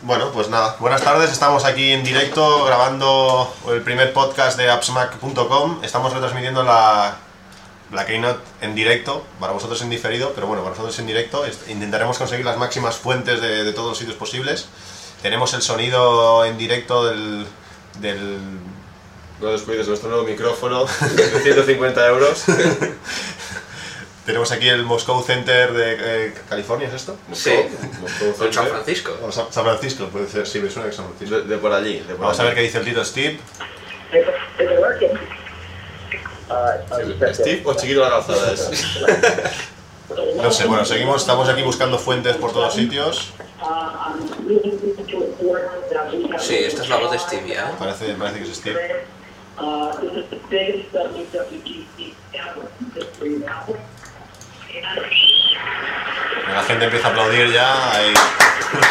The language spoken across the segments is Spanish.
Bueno, pues nada, buenas tardes, estamos aquí en directo grabando el primer podcast de appsmac.com. Estamos retransmitiendo la, la Keynote en directo, para vosotros en diferido, pero bueno, para nosotros en directo. Est- Intentaremos conseguir las máximas fuentes de, de todos los sitios posibles. Tenemos el sonido en directo del, del, No descuides nuestro nuevo micrófono de 150 euros. Tenemos aquí el Moscow Center de eh, California, ¿es esto? Sí. Moscow, Con San Moscow Francisco. O Sa- San Francisco, puede ser, sí, me suena que San Francisco. Center. De, de por allí. De por Vamos a ver qué allí. dice el Tito Steve. Is it, is it working? Uh, Sí, Steve o Chiquito la calzada es. No sé, bueno, seguimos, estamos aquí buscando fuentes por todos sitios. Sí, esta es la voz de Stevie, ¿eh? Parece, parece que es Steve. Uh, this is the biggest WWDC ever. Just for you now. La gente empieza a aplaudir ya. ahí.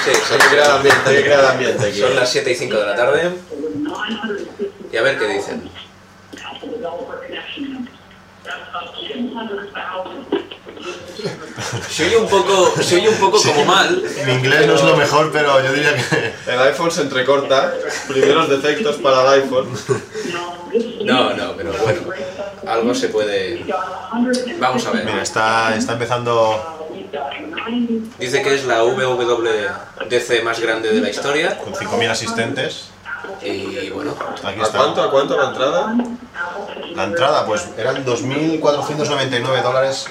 Sí, Hay que crear ambiente, hay que crear ambiente aquí. Son las 7 y 5 de la tarde. Over 950,000 Y a ver qué dicen. Apple developer connection numbers. That's about 200,000. Se oye un poco, se oye un poco como mal. Mi inglés no es lo mejor, pero yo diría que. El iPhone se entrecorta. Primeros defectos para el iPhone. No, this- No, no, pero bueno. Algo se puede. We've got 150,000. Vamos a Mira, ver. está, está empezando. We've got 90,000. Dice que es la WWDC más grande de la historia. con 5.000 asistentes. Y bueno, Aquí ¿A cuánto, está. a cuánto la entrada? La entrada, pues eran 2.499 dólares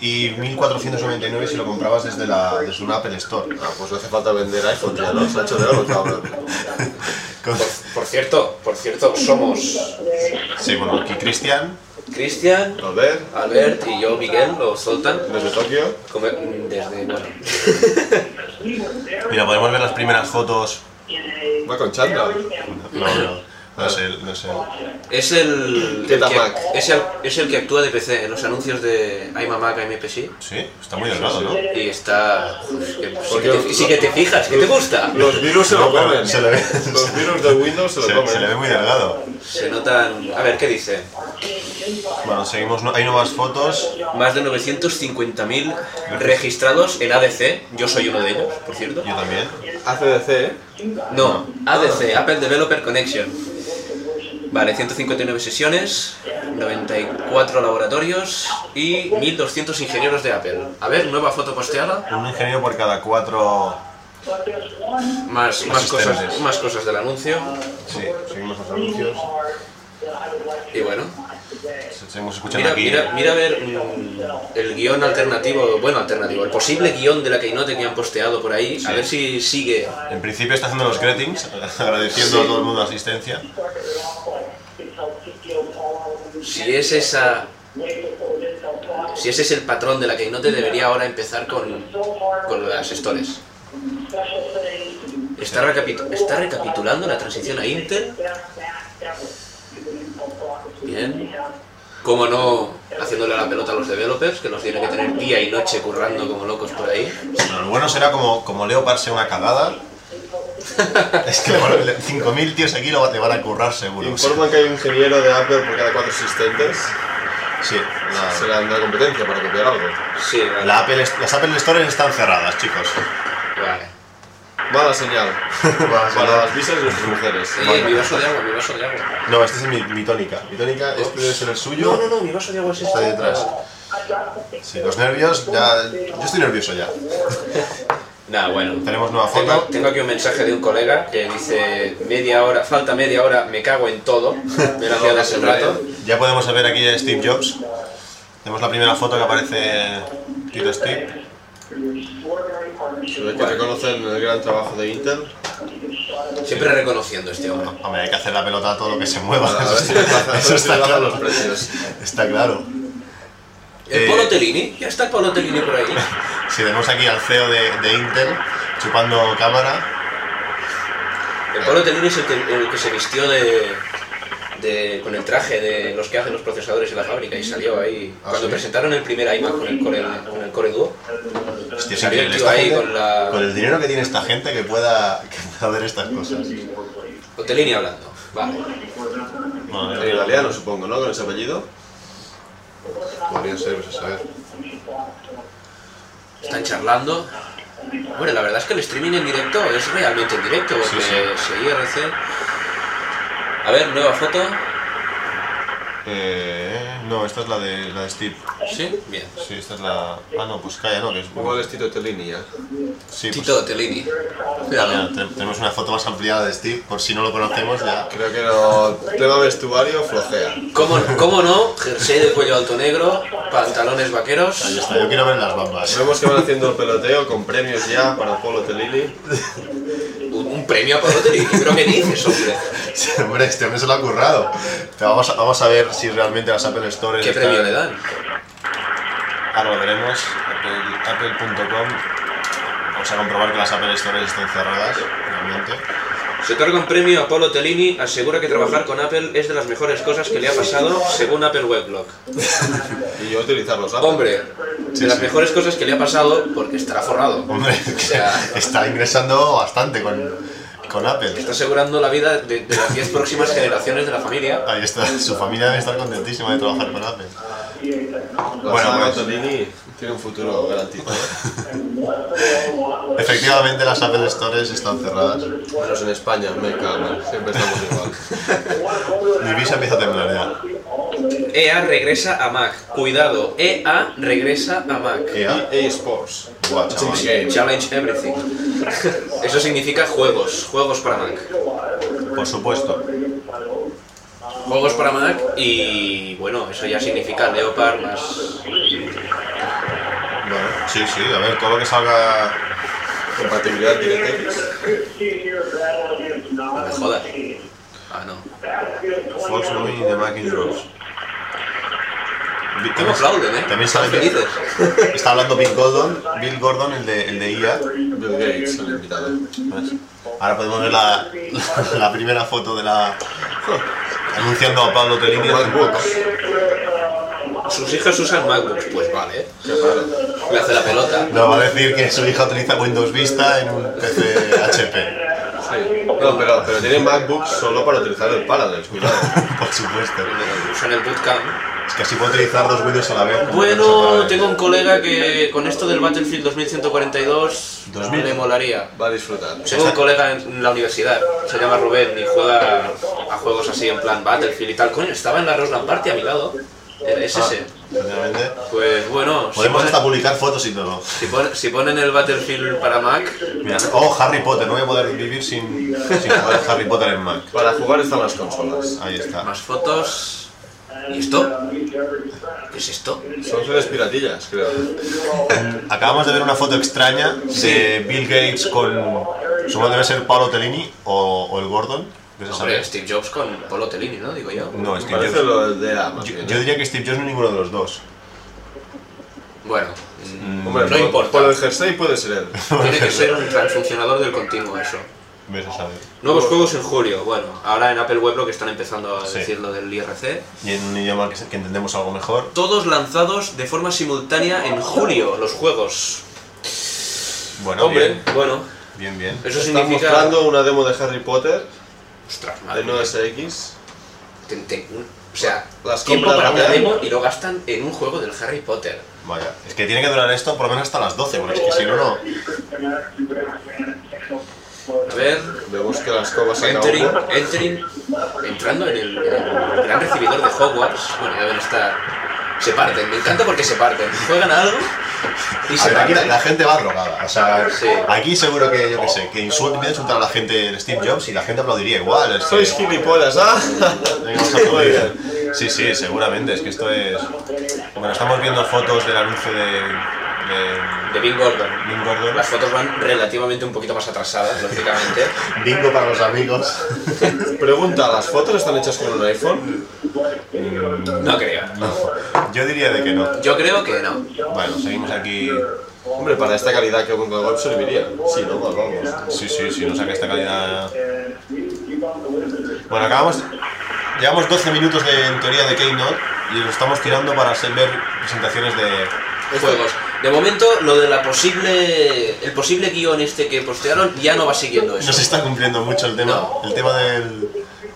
y 1.499 si lo comprabas desde, la, desde un Apple Store. Ah, pues no hace falta vender iPhone ya, ¿no? Se ha hecho de oro, cabrón. Con- por, por cierto, por cierto, somos Sí, bueno, aquí Cristian. Cristian, A ver, Albert y yo, Miguel, o Zoltan. desde Tokio. Como- Desde. Bueno. Mira, podemos ver las primeras fotos. Va con chándal. No, no, no es él, no es él. Es el, Teta el que, Mac. es, el, es el que actúa de PC en los anuncios de iMamac, IMPC. Sí, está muy delgado, ¿no? Y está. uf, que- sí, que Porque te, sí que te fijas, que te gusta. Los virus se lo No, pero comen. se le ve- Los virus de Windows se lo Se, comen. se le ve muy delgado. Se notan. A ver, ¿qué dice? Bueno, seguimos. no- hay nuevas fotos. Más de 950.000 registrados en ADC. Yo soy uno de ellos, por cierto. Yo también. ACDC, ¿eh? No, ADC, Apple Developer Connection. Vale, 159 sesiones, 94 laboratorios y 1.200 ingenieros de Apple. A ver, nueva foto posteada. Un ingeniero por cada cuatro. Más, más, Asistentes. cosas, más cosas del anuncio. Sí, seguimos los anuncios. Y bueno, Se- Seguimos escuchando mira, aquí. mira, mira a ver mm, el guión alternativo, bueno, alternativo, el posible guión de la Keynote que han posteado por ahí. A ver si sigue. En principio está haciendo los greetings, agradeciendo a todo el mundo la asistencia. Si es esa. Si ese es el patrón de la Keynote, debería ahora empezar con, con las stories. Está, recapitu- está recapitulando la transición a Intel. Bien. Cómo no haciéndole la pelota a los developers, que los tiene que tener día y noche currando como locos por ahí. Bueno, lo bueno será como, como Leopard sea una cagada. Es que bueno, le- 5.000 tíos aquí lo va- te van a currar seguro. Informan que hay un ingeniero de Apple por cada cuatro asistentes. Sí, la- Será una competencia para copiar algo. Sí, vale. la Apple est- las Apple Stores están cerradas, chicos. Vale. Mala señal. Para las visas y las mujeres. Sí, mi vaso de agua, mi vaso de agua. No, esta es mi, mi tónica. Mi tónica, este debe ser el suyo. No, no, no, mi vaso de agua es este. Está detrás. Sí, los nervios, ya. Yo estoy nervioso ya. Nah, bueno. Tenemos nueva Tengo, foto. tengo aquí un mensaje de un colega que dice media hora, falta media hora, me cago en todo. Me lo hacía hace un rato. Ya podemos ver aquí a Steve Jobs. Tenemos la primera foto que aparece Tito Steve. Se ve que reconocen eh. el gran trabajo de Intel. Siempre reconociendo este hombre. Hombre, hay que hacer la pelota a todo lo que se mueva. A Eso, ver si le bajan- a ver eso si le está bajan los claro. precios. Está claro. El Eh, Polo Tellini, ya está el Polo Tellini por ahí. Si tenemos aquí al CEO de, de Intel chupando cámara. El Polo Tellini es el que, el que se vistió de, de- con el traje de los que hacen los procesadores en la fábrica y salió ahí. Ah, Cuando ¿sí? presentaron el primer iMac con el Core, con el Core Duo, Hostia, es Salió el increíble. tío Esta ahí gente- con la- con el dinero que tiene esta gente que pueda, que pueda ver estas cosas. o Tellini hablando. Vale. Bueno, En italiano, supongo, ¿no? Con ese apellido. podría ser, pues, a saber. Están charlando. Bueno, la verdad es que el streaming en directo es realmente en directo, porque Sí, sí. si IRC. A ver, nueva foto. Eh, no, esta es la de, la de Steve. Sí, bien. Sí, esta es la. Ah, no, pues calla, no, que es. Igual es Tito Tellini ya. Sí, pues- Tito Tellini. Mira, Cuidado. te- tenemos una foto más ampliada de Steve, por si no lo conocemos ya. Creo que no. Tema vestuario flojea. ¿Cómo, cómo no? Jersey de cuello alto negro, pantalones Ahí vaqueros. está, yo quiero ver las bambas. Vemos que van haciendo el peloteo con premios ya para Polo Tellini. Un, un premio a Pablo Tellini. ¿Pero qué dices, hombre? Sí, hombre, este hombre se lo ha currado. Pero vamos a, vamos a ver si realmente las Apple Store. ¿Qué están- premio le dan? Ahora lo veremos. Apple- Apple.com. vamos a comprobar que las Apple Store estén cerradas, realmente. Se otorga un premio a Polo Tellini, asegura que trabajar con Apple es de las mejores cosas que le ha pasado según Apple Weblog. Y yo utilizar los Apple. Hombre, de las mejores cosas que le ha pasado porque estará forrado. Hombre, O sea, está ingresando bastante con, con Apple. está asegurando la vida de, de las 10 próximas generaciones de la familia. Ahí está, su familia debe estar contentísima de trabajar con Apple. La Bueno, saga pues- Tellini tiene un futuro garantizado. Efectivamente, las Apple Stores están cerradas. Menos en España, me cago. Siempre estamos igual. Mi visa empieza a temblar ya. EA regresa E a Mac. Cuidado, EA regresa E a Mac. Eh, EA, EA Sports. Buah, chaval. Challenge Everything. Eso significa juegos, juegos para Mac. Por supuesto. Juegos para Mac y bueno, eso ya significa Leopard más... Bueno, sí, sí, a ver, todo lo que salga. Compatibilidad DirectX. No me jodas. Ah, no. Fox Money de Mac and Drops. ¿Cómo aplauden, eh? También Están sale felices. Está hablando Bill Gordon, Bill Gordon, el de, el de IA. Bill Gates, el invitado. ¿Ves? Ahora podemos ver la, la, la primera foto de la. anunciando a Pablo Tellini hace un poco. Sus hijas usan MacBooks, pues vale. Qué raro. Le hace la pelota. Nos va a decir que su hija utiliza Windows Vista en un PC HP. Sí. No, pero, pero tiene MacBook solo para utilizar el Parallels, cuidado. Por supuesto. Usan el bootcamp. Es que así puedo utilizar dos Windows a la vez. como Bueno, persona. tengo un colega que con esto del Battlefield 2142 2000. le molaría. Va a disfrutar. Tengo un colega en la universidad, se llama Rubén y juega a juegos así en plan Battlefield y tal. Coño, estaba en la Rosland Party a mi lado. Era Ah, ese. sinceramente, Pues bueno, si Podemos ponen, hasta publicar fotos y todo. si pon- si ponen el Battlefield para Mac, Mira, oh, Harry Potter, no voy a poder vivir sin, sin jugar a Harry Potter en Mac. Para jugar están las consolas. Ahí está. más fotos. ¿Y esto? ¿Qué es esto? Son seres piratillas, creo. Acabamos de ver una foto extraña de Bill Gates con. Supongo debe ser Paolo Tellini o, o el Gordon. que se Hombre, sabe. Steve Jobs con Polo Tellini, ¿no? Digo yo. Pues No, Steve Parece Jobs. lo de A, más Yo, bien. ¿eh? yo diría que Steve Jobs no es ninguno de los dos. Bueno, mm, Hombre, no por- importa. Por el jersey puede ser él. tiene que ser un transfuncionador del continuo eso. Ves a saber. Nuevos juegos en julio. Bueno, ahora en Apple Web que están empezando a Sí. decir lo del IRC. Y en un idioma que, se- que entendemos algo mejor. Todos lanzados de forma simultánea en julio, los juegos. Bueno, Hombre, Ah, bien, bueno, bien, bien. eso Están significa. mostrando una demo de Harry Potter Ostras, madre en mía. OSX. Ten- ten- un- O sea, Las tiempo compras para una rápidas. demo y lo gastan en un juego del Harry Potter. Vaya. Es que tiene que durar esto por lo menos hasta las 12, porque es que si no, no. A ver. Vemos que las escoba saca Entering, una. entering, entrando en el, en el gran recibidor de Hogwarts. Bueno, deben estar. Se parten, me encanta porque se parten. Juegan a algo y A se ver, aquí la, parten. la gente va drogada. O sea, Sí. aquí seguro que, yo qué sé, que insulta, empieza a insultar a la gente el Steve Jobs y la gente aplaudiría igual. es que- Sois gilipollas, ¿ah? Venga, vamos a aplaudir. Sí, sí, seguramente. Es que esto es. Bueno, estamos viendo fotos del anuncio de. de. De Bing Gordon. Bing Gordon. Las fotos van relativamente un poquito más atrasadas, lógicamente. Bingo para los amigos. Pregunta, ¿las fotos están hechas con un iPhone? No creo. Yo diría de que no. Yo creo que no. Bueno, seguimos aquí. Hombre, para esta calidad que Google Web serviría. Sí, no, Pues vamos. Sí, sí, sí, no saca esta calidad. Bueno, acabamos. Llevamos 12 minutos de, en teoría de Keynote y lo estamos tirando para ser- ver presentaciones de. Juegos. De momento, lo de la posible. El posible guión este que postearon ya no va siguiendo No se eso. está cumpliendo mucho el tema. No. El tema del,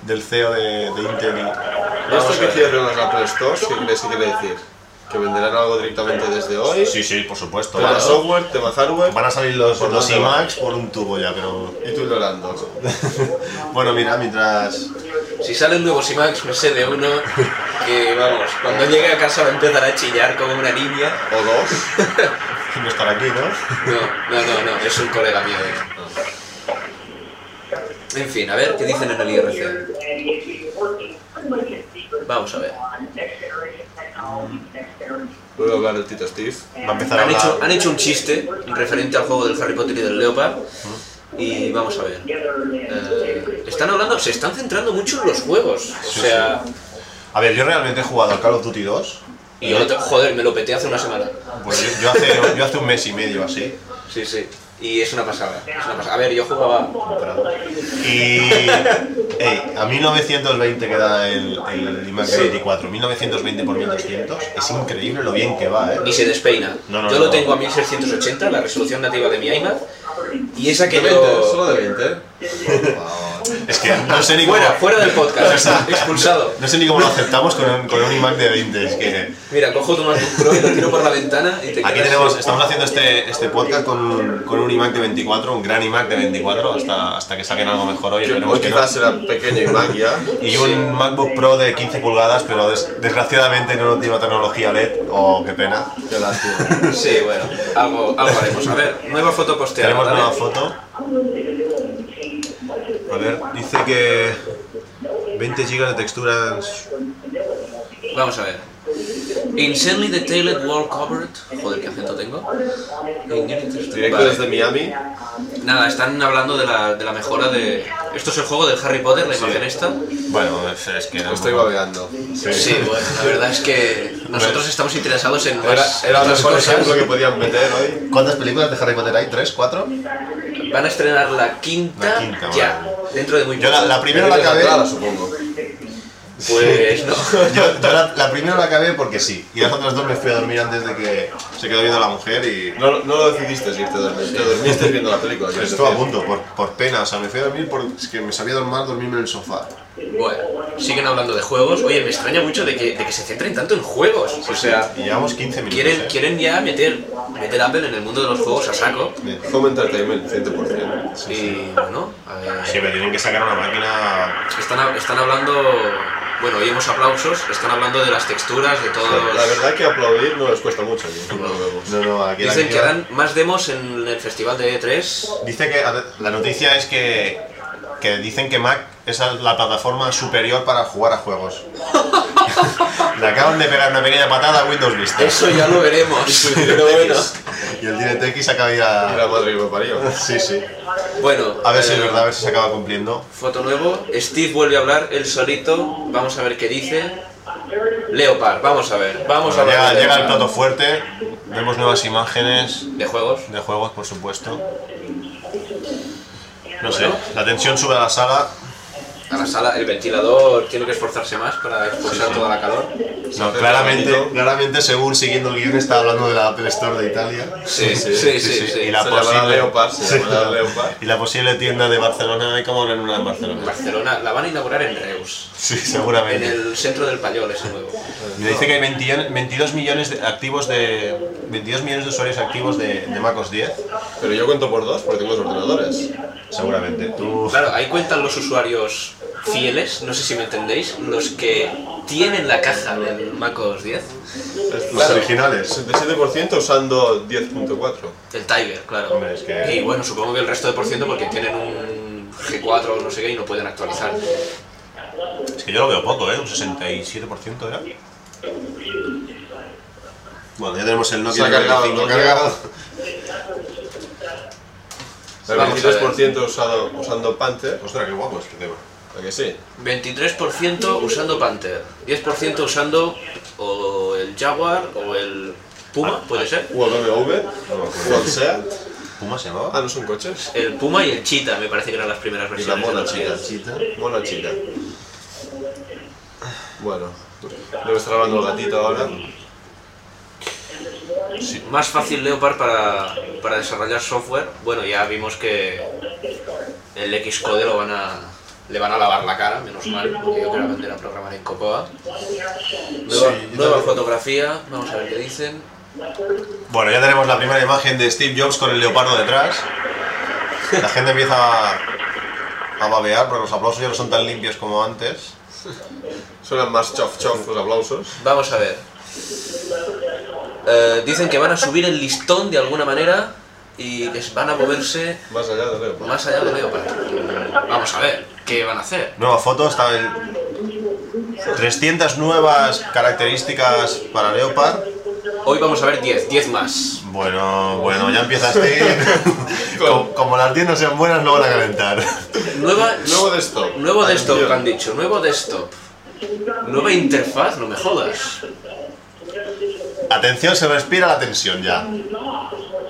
del CEO de, de Intel y- Esto que cierren las Apple Stores, ¿qué crees que quiere decir? Que ¿Que venderán algo directamente desde hoy? Sí, sí, por supuesto. Tema Van a, software, tema hardware. van a salir los, ¿Por los dónde va? iMacs por un tubo ya, pero... Y tú llorando. Bueno, mira, mientras... Si sale un nuevo Simax, me sé de uno que, vamos, cuando llegue a casa va a empezar a chillar como una niña. O dos. No estar aquí, ¿no? No, no, no, no, es un colega mío. eh. En fin, a ver qué dicen en el IRC. Vamos a ver. Vuelve a hablar el Tito Steve. Va a empezar a Han hablar... hecho, han hecho un chiste referente al juego del Harry Potter y del Leopard. Y vamos a ver. Eh, están hablando, se están centrando mucho en los juegos. O Sí, sea, A ver, yo realmente he jugado al Call of Duty 2. y yo, te- joder, me lo peté hace una semana. Pues yo, yo hace, yo hace un mes y medio así. Sí, sí. Y es una pasada. Es una pasada. A ver, yo jugaba. Y. ey, a 1920 queda el, el IMAX 24. 1920 por 1200. Es increíble lo bien que va, Ni ¿eh? se despeina. No, no, yo no, lo no. tengo a 1680, la resolución nativa de mi iMac. Y esa que De 20, yo. solo de 20. Es que no sé ni cómo. Fuera, fuera del podcast. Expulsado. No sé ni cómo lo aceptamos con un, con un iMac de 20. Es que. Mira, cojo tu MacBook Pro y lo tiro por la ventana y te Aquí quedas- tenemos. Estamos haciendo este, este podcast con, con un iMac de 24, un gran iMac de 24, hasta, hasta que saquen algo mejor hoy. Que esperemos hoy que no. quizás será pequeño y Mac ya. Y un MacBook Pro de 15 pulgadas, pero des- desgraciadamente no tiene tecnología LED. Oh, qué pena. Qué lástima. Sí, bueno, algo, algo haremos. A ver, nueva foto posteada. Tenemos dale. nueva foto. A ver, dice que 20 GB de texturas. Vamos a ver. Insanely Detailed Wall Covered. Joder, qué acento tengo. Directo Vale. desde Miami. Nada, están hablando de la, de la mejora de. Esto es el juego del Harry Potter, la imagen esta. Bueno, es, es que no. Estoy babeando. Sí, bueno, la verdad es que nosotros estamos interesados en Era, más, era el otras mejor cosas. ejemplo que podían meter hoy. ¿Cuántas películas de Harry Potter hay? ¿Tres? ¿Cuatro? Van a estrenar la quinta, La quinta, ya, vale. dentro de muy Yo poco. la, la primera la Pero acabé. entrada, supongo. Pues no. Yo, yo la, la primera la acabé porque sí. Y las otras dos me fui a dormir antes de que se quedó viendo la mujer y. No, no lo decidiste irte a dormir. Te dormiste viendo la película. Pero quieres estuve a decir. punto, por, por pena. O sea, me fui a dormir porque es que me sabía dormir, dormirme en el sofá. Bueno, siguen hablando de juegos. Oye, me extraña mucho de que, de que se centren tanto en juegos. O sea, Y llevamos 15 minutos. quieren, ¿eh? quieren ya meter, meter Apple en el mundo de los juegos a saco. Bien. Home Entertainment, 100%. Y bueno, a ver, Sí, pero tienen que sacar una máquina. están, hab- están hablando. Bueno, oímos aplausos, están hablando de las texturas, de todos. La verdad que aplaudir no les cuesta mucho. yo no lo vemos. No, no, aquí la Dicen que activa- harán más demos en el festival de E E3. Dice que a ver, la noticia es que, que dicen que Mac es la plataforma superior para jugar a juegos. Le acaban de pegar una pequeña patada a Windows Vista. Eso ya lo veremos. Pero bueno. Y el DirectX acaba de ir Y la a... madre que me parió. Sí, sí. Bueno, A ver si eh, es verdad, a ver si se acaba cumpliendo. Foto nuevo. Steve vuelve a hablar él solito. Vamos a ver qué dice. Leopard, vamos a ver. Vamos a Bueno, ver. llega, llega el plato fuerte, vemos nuevas imágenes de juegos. de juegos, por supuesto. No sé, la tensión sube a la sala. A la sala, el ventilador tiene que esforzarse más para expulsar toda la calor. No, claramente, claramente, según siguiendo el guión, está hablando de la Apple Store de Italia. Sí, sí, sí, sí. sí. Y la Se llamará posible- Leopard, se llamará Leopard. Y la posible tienda de Barcelona, hay como en una de En Barcelona. Barcelona la van a inaugurar en Reus, Sí, en seguramente. el centro del Payol, ese nuevo. Me dice que hay 20 22 millones de activos de 22 millones de usuarios activos de, de macOS 10, Pero yo cuento por dos porque tengo dos ordenadores. seguramente. Tú Claro, ahí cuentan los usuarios fieles, no sé si me entendéis, los que tienen la caja del MacOS 10, Es- los claro, originales. 67% usando 10.4. el Tiger, claro. Hombre, es que- Y bueno, supongo que el resto de por ciento porque tienen un G4 o no sé qué y no pueden actualizar. Es que yo lo veo poco, ¿eh? Un 67% era. Bueno, ya tenemos el Nokia Se ha cargado, 95, lo ha cargado. El Vamos a ver. 23% usado, usando Panther. pues, Ostras, qué guapo este tema. ¿A que sí? 23% usando Panther, 10% usando o el Jaguar o el Puma, puede ser. ¿O el BMW? No me ¿O acuerdo. el SEAT? ¿Puma se Ah, llamaba? no son coches. El Puma y el Cheetah me parece que eran las Y primeras la versiones. mona de los chica. Cheetahs. Mona chica. Bueno, debe estar hablando el gatito ahora. Más fácil Leopard para, para desarrollar software. Bueno, ya vimos que el Xcode lo van a, Le van a lavar la cara, menos mal, porque yo quiero aprender a programar en Cocoa. Nueva, Sí, yo nueva también. fotografía, vamos a ver qué dicen. Bueno, ya tenemos la primera imagen de Steve Jobs con el leopardo detrás. La gente empieza a, a babear porque los aplausos ya no son tan limpios como antes. Suenan más chof chof los aplausos. Vamos a ver. Eh, dicen que van a subir el listón de alguna manera y que van a moverse Más allá de Leo. más allá de Leopard. Vamos a ver, ¿qué van a hacer? Nueva foto, está el- 300 nuevas características para Leopard. Hoy vamos a ver 10, 10 más. Bueno, bueno, ya empieza Steve. como, como las 10 no sean buenas, no van a calentar. Nueva, Nuevo de esto. nuevo desktop, han dicho, nuevo desktop. Nueva interfaz, no me jodas. Atención, se respira la tensión ya.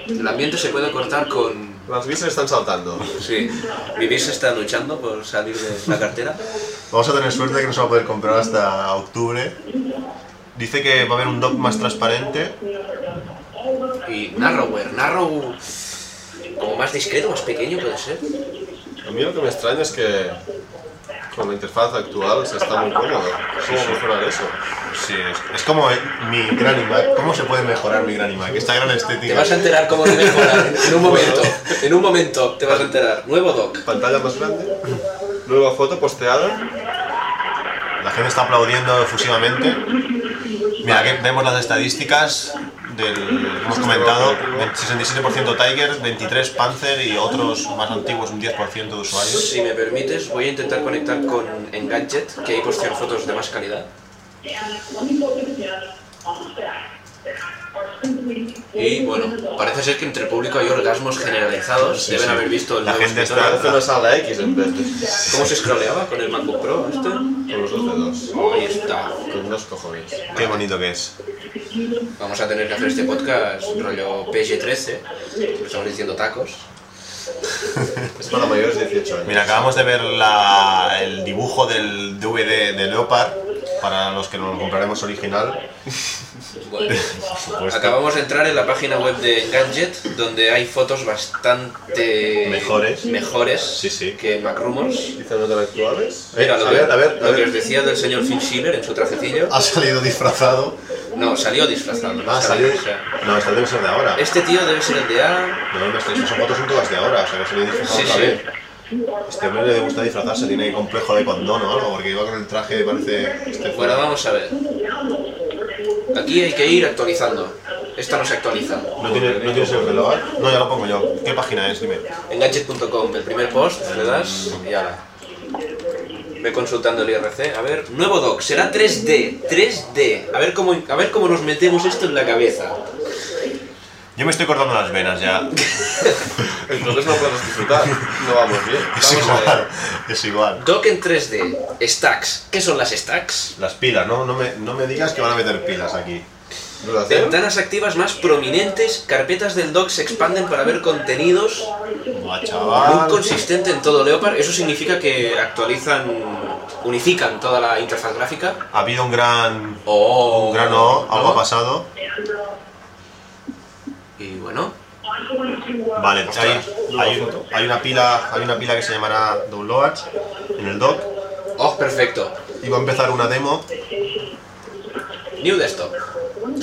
El ambiente se puede cortar con... Las bicis están saltando. Sí, vivir se está luchando por salir de la cartera. Vamos a tener suerte que no se va a poder comprar hasta octubre. Dice que va a haber un dock más transparente. Y narrower, narrow... Como más discreto, más pequeño puede ser. A mí lo que me extraña es que con la interfaz actual se está muy cómodo. ¿Cómo mejorar eso? Sí, es, es como mi gran iMac. ¿Cómo se puede mejorar mi gran iMac? Esta gran estética. Te vas a enterar cómo lo mejorar en un momento. En un momento te vas a enterar. Nuevo doc. Pantalla más grande. Nueva foto posteada. La gente está aplaudiendo efusivamente. Mira, aquí vemos las estadísticas del que hemos comentado. 67% Tigers, 23 Panzer y otros más antiguos, un 10% de usuarios. Si me permites, voy a intentar conectar con Engadget, que ahí postean fotos de más calidad. Y bueno, parece ser que entre el público hay orgasmos generalizados. Sí, Deben sí. haber visto el La nuevo gente está- escritorio. Parece una sala X en vez de. ¿Cómo se scrolleaba con el MacBook Pro? ¿Este? Con los dos dedos. Ahí está. Con dos cojones. Qué bonito que es. Vamos a tener que hacer este podcast rollo PG-13. Estamos diciendo tacos. Es para mayores de 18 años. Mira, acabamos de ver la- el dibujo del DVD de Leopard, para los que lo compraremos original. pues Bueno. Acabamos de entrar en la página web de Gadget, donde hay fotos bastante Mejores. mejores Sí, sí. Eh, que MacRumors. Dicen no tan actuales. Mira, lo, a que- ver, a ver, lo a que ver. os decía del señor Finn Schiller en su trajecillo. Ha salido disfrazado. No, salió disfrazado. no Ah, salió, salió. o sea, No, esta debe ser de ahora. este tío debe ser el de A. No, no, estas son fotos son todas de ahora, o sea que ha salido disfrazado Sí, otra sí. vez. Este hombre le gusta disfrazarse, tiene complejo de condón o algo, porque iba con el traje parece este Bueno, fuera. vamos a ver. Aquí hay que ir actualizando. Esta no se actualiza. ¿No, tiene, ¿No tienes el reloj? No, ya lo pongo yo. ¿Qué página es? Dime. En gadget.com, el primer post, le das y ala. Ve consultando el IRC. A ver, nuevo doc, será 3D, 3D. A ver cómo, a ver cómo nos metemos esto en la cabeza. Yo me estoy cortando las venas ya. Entonces no podemos disfrutar. No vamos bien. Es Vamos a igual, es igual. Doc en 3D, stacks. ¿Qué son las stacks? Las pilas, ¿no? No me, no me digas que van a meter pilas aquí. ¿No lo hacemos? Ventanas activas más prominentes, carpetas del doc se expanden para ver contenidos. Buah, Muy chaval. consistente en todo Leopard. Eso significa que actualizan, unifican toda la interfaz gráfica. Ha habido un gran... Oh, Un gran O, algo ¿no? ha pasado. Y bueno, Vale, Ostras, hay, nueva hay, un- foto. hay una pila, hay una pila que se llamará Downloads en el dock oh, perfecto. y va a empezar una demo. New desktop.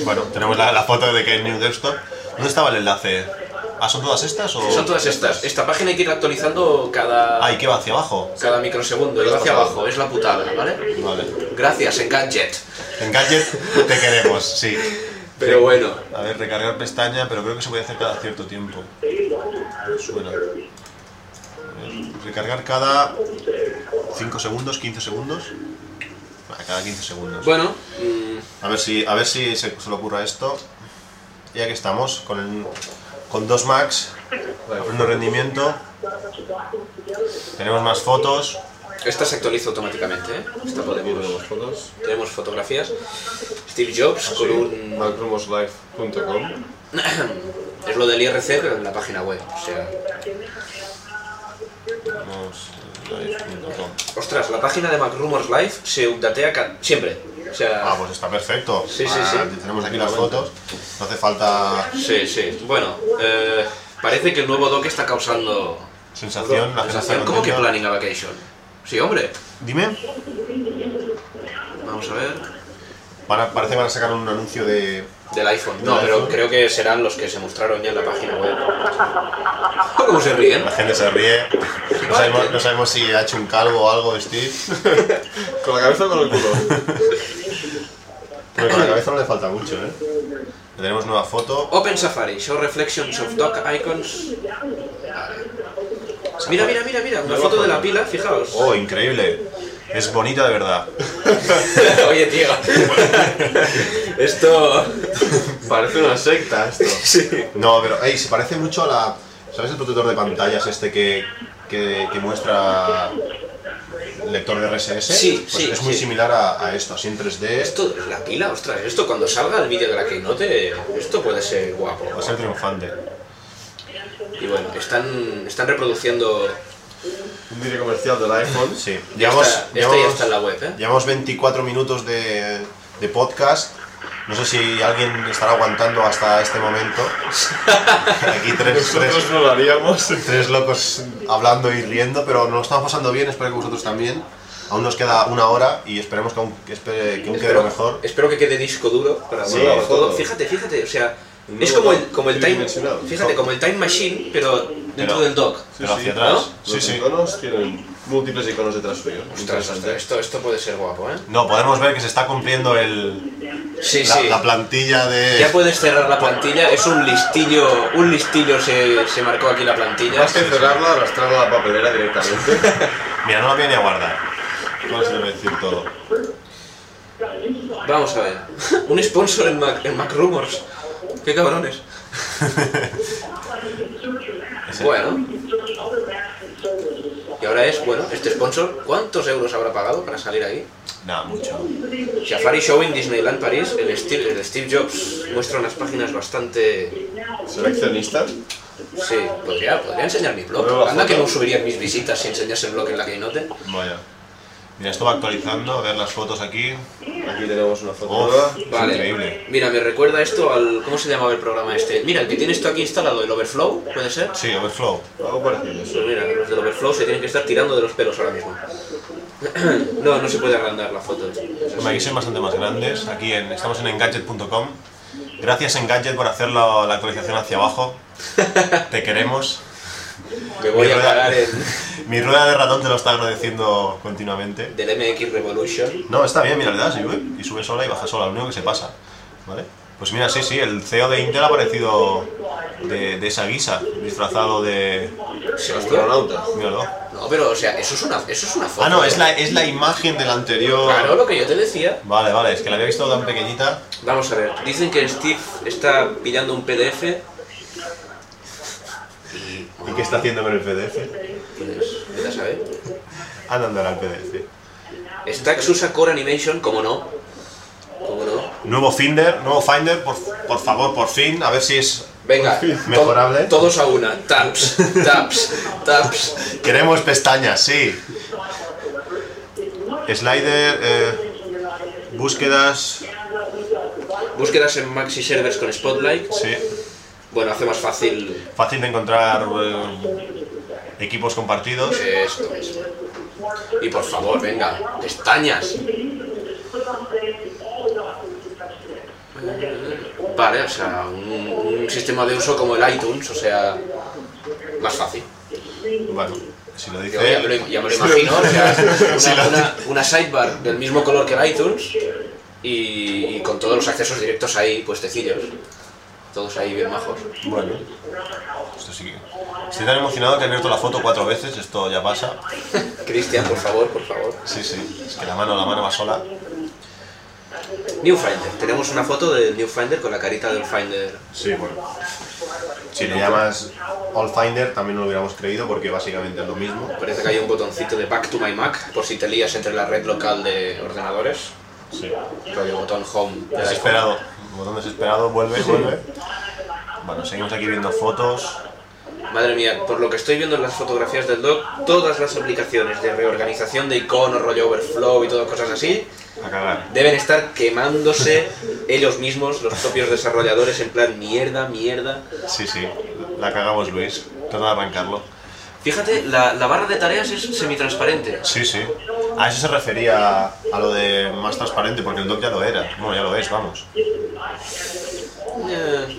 Bueno, tenemos la, la foto de que es New Desktop. ¿Dónde estaba el enlace? ¿Ah, son todas estas o...? Son todas estas. Esta página hay que ir actualizando cada, Ay, que va hacia abajo. cada microsegundo. Y va hacia abajo, es la putada, ¿vale? Vale. Gracias, Engadget. En Gadget te queremos, sí. Pero bueno. A ver, recargar pestaña, pero creo que se puede hacer cada cierto tiempo. Suena. A ver, Eh, Recargar cada 5 segundos, 15 segundos. Ah, Cada 15 segundos. Bueno, mm, A ver si, a ver si se, se le ocurra esto. Ya que estamos con, el- con dos Macs, hablando rendimiento. Tenemos más fotos. esta se actualiza automáticamente, ¿eh? Esta Aquí podemos. tenemos fotos. Tenemos fotografías. Steve Jobs con un... Macrumoslife.com. Es lo del IRC, pero en la página web. O sea... Tenemos, eh, live.com. Ostras, la página de MacRumors Live se updatea ca- siempre. O sea... Ah, pues está perfecto. Sí, sí, sí. Ah, Tenemos aquí las fotos. No hace falta Sí, sí. Bueno, eh, parece que el nuevo doc está causando... sensación. La gente está ¿Cómo que contenta. planning a vacation? Sí, hombre. Dime. Vamos a ver. Van a- parece que van a sacar un anuncio de. Del iPhone. No, pero creo que serán los que se mostraron ya en la página web. ¿Cómo se ríen? La gente se ríe. No sabemos, no sabemos si ha hecho un calvo o algo, Steve. ¿Con la cabeza o con el culo? Pero con la cabeza no le falta mucho, ¿eh? Tenemos nueva foto. Open Safari, show reflections of dock icons. Mira, mira, mira, mira, una foto de la pila, fijaos. Oh, increíble. Es bonita de verdad. Oye, tío. Esto. Parece una secta esto. Sí. No, pero ey, se parece mucho a la. ¿Sabes el protector de pantallas este que, que, que muestra el lector de RSS? Sí, Pues sí, Es muy sí. similar a, a esto, así en 3D. Esto, la pila, ostras, esto cuando salga el vídeo de la Keynote, esto puede ser guapo. Va a ser pues triunfante. Y bueno, están, están reproduciendo. Un vídeo comercial del iPhone. Sí. Llevamos, Esta, esta ya llevamos- está en la web, ¿eh? llevamos 24 minutos de, de podcast. No sé si alguien estará aguantando hasta este momento. Aquí tres, tres, Nosotros no lo haríamos. tres locos hablando y riendo, pero nos lo estamos pasando bien, espero que vosotros también. Aún nos queda una hora y esperemos que aún, que espere- que aún quede lo mejor. espero que quede disco duro para Sí, guardar todo. todo. Fíjate, fíjate, o sea, Un es nuevo como dock el, como el time, tridimensional. fíjate, como el time machine, pero dentro Pero- del dock. Pero sí, hacia atrás. ¿no? Sí, Los sí. iconos tienen múltiples iconos detrás suyo. Ostras, Interesante. esto, esto puede ser guapo, ¿eh? No, podemos ver que se está cumpliendo el, Sí, la, sí. la plantilla de... Ya puedes cerrar la plantilla, es un listillo, un listillo se, se marcó aquí la plantilla. Más que cerrarla, arrastrarla a la papelera directamente. Mira, no la voy ni a guardar. No se debe decir todo. Vamos a ver, un sponsor en Mac, en Mac Rumors. Qué cabrones. Bueno, y ahora es, bueno, este sponsor, ¿cuántos euros habrá pagado para salir ahí? Nada, mucho. Safari Show en Disneyland París, el Steve, el Steve Jobs muestra unas páginas bastante... Seleccionista. Sí, podría, podría enseñar mi Luego blog. la Anda que foto. no subirían mis visitas si enseñase el blog en la Keynote. Vaya. Mira, esto va actualizando, a ver las fotos aquí. Aquí tenemos una foto Uf, nueva. es Vale. increíble. Mira, me recuerda esto al... ¿Cómo se llamaba el programa este? Mira, el que tienes tú aquí instalado, el Overflow, ¿puede ser? Sí, Overflow. Algo parecido. Pues eso. mira, los del Overflow se tienen que estar tirando de los pelos ahora mismo. No, no se puede agrandar la foto. Es así. Hombre, Aquí son bastante más grandes. Aquí en, estamos en engadget.com. Gracias Engadget por hacer la, la actualización hacia abajo. Te queremos. Me voy a Mi rueda- parar en... Mi rueda de ratón te lo está agradeciendo continuamente. del MX Revolution. No, está bien, mira, le das y sube, y sube sola y baja sola, lo único que se pasa. ¿Vale? Pues mira, sí, sí, el CEO de Intel ha aparecido de, de esa guisa, disfrazado de... Astronauta. Míralo. No, pero o sea, eso es una, eso es una foto. Ah, no, es la, es la imagen del anterior... Claro, lo que yo te decía. Vale, vale, es que la había visto tan pequeñita. Vamos a ver, dicen que Steve está pillando un PDF. Y. ¿Y qué está haciendo con el PDF? Pues, vete a saber. Andando al PDF. Stacks usa Core Animation, como no. Como no. Nuevo Finder, nuevo Finder, por, por favor, por fin, a ver si es... Venga, to- Mejorable. todos a una. Taps, taps, taps. Queremos pestañas, sí. Slider, eh, búsquedas, Búsquedas en maxi servers con Spotlight. sí. Bueno, hace más fácil Fácil de encontrar eh, equipos compartidos. esto. mismo. Y por favor, venga, pestañas. Vale, o sea, un, un sistema de uso como el iTunes, o sea, más fácil. Bueno, si lo Yo ya, me dice... lo, ya me lo imagino, o sea, una, una- una sidebar del mismo color que el iTunes y, y con todos los accesos directos ahí, puestecillos, todos ahí bien majos. Bueno. Esto sí que... Estoy tan emocionado que he abierto la foto cuatro veces, esto ya pasa. Cristian, por favor, por favor. Sí, sí, es que la mano, la mano va sola. New Finder, tenemos una foto del New Finder con la carita del Finder. Sí, bueno. Si le llamas All Finder también no lo hubiéramos creído porque básicamente es lo mismo. Parece que hay un botoncito de Back to my Mac por si te lías entre la red local de ordenadores. Sí. Rollo botón Home. del iPhone. Desesperado. Botón desesperado, vuelve, vuelve. Bueno, seguimos aquí viendo fotos. Madre mía, por lo que estoy viendo en las fotografías del doc, todas las aplicaciones de reorganización de iconos, rollo overflow y todas cosas así, A cagar. deben estar quemándose ellos mismos, los propios desarrolladores, en plan mierda, mierda. Sí, sí. La cagamos, Luis. Trata de arrancarlo. Fíjate, la, la barra de tareas es semitransparente. Sí, sí. A eso se refería a lo de más transparente, porque el doc ya lo era. Bueno, ya lo es, vamos. Eh,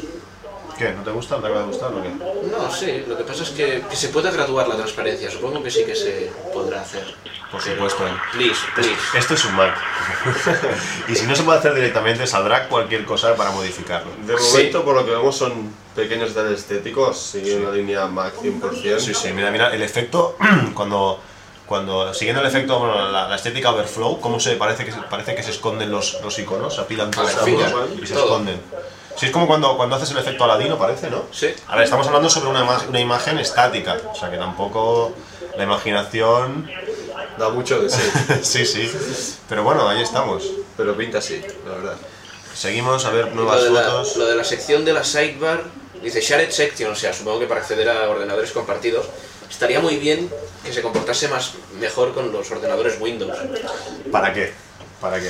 ¿Qué? ¿No te gusta? ¿No te acaba de gustar o qué? no, sí, lo que pasa es que, que se pueda graduar la transparencia, supongo que sí que se podrá hacer. Por supuesto. eh. Please, please. Esto Este es un Mac. y si no se puede hacer directamente, saldrá cualquier cosa para modificarlo. De momento, por lo que vemos, son pequeños detalles estéticos, siguen una línea Mac 100%. Sí, sí, mira, mira, el efecto, cuando, cuando siguiendo el efecto, bueno, la, la estética overflow, cómo se parece que, se- parece que se esconden los, los iconos, se apilan todos Estamos, juntos ¿vale? y se Todo. esconden. Sí, es como cuando, cuando haces el efecto aladino, parece, ¿no? Sí. A ver, estamos hablando sobre una, ima- una imagen estática, o sea que tampoco la imaginación... Da mucho de sí, sí, sí. Pero bueno, ahí estamos. pero pinta así, la verdad. Seguimos a ver Lo nuevas de, la, fotos. lo de la sección de la sidebar, dice shared section, o sea, supongo que para acceder a ordenadores compartidos, estaría muy bien que se comportase más mejor con los ordenadores Windows. ¿Para qué? ¿Para qué?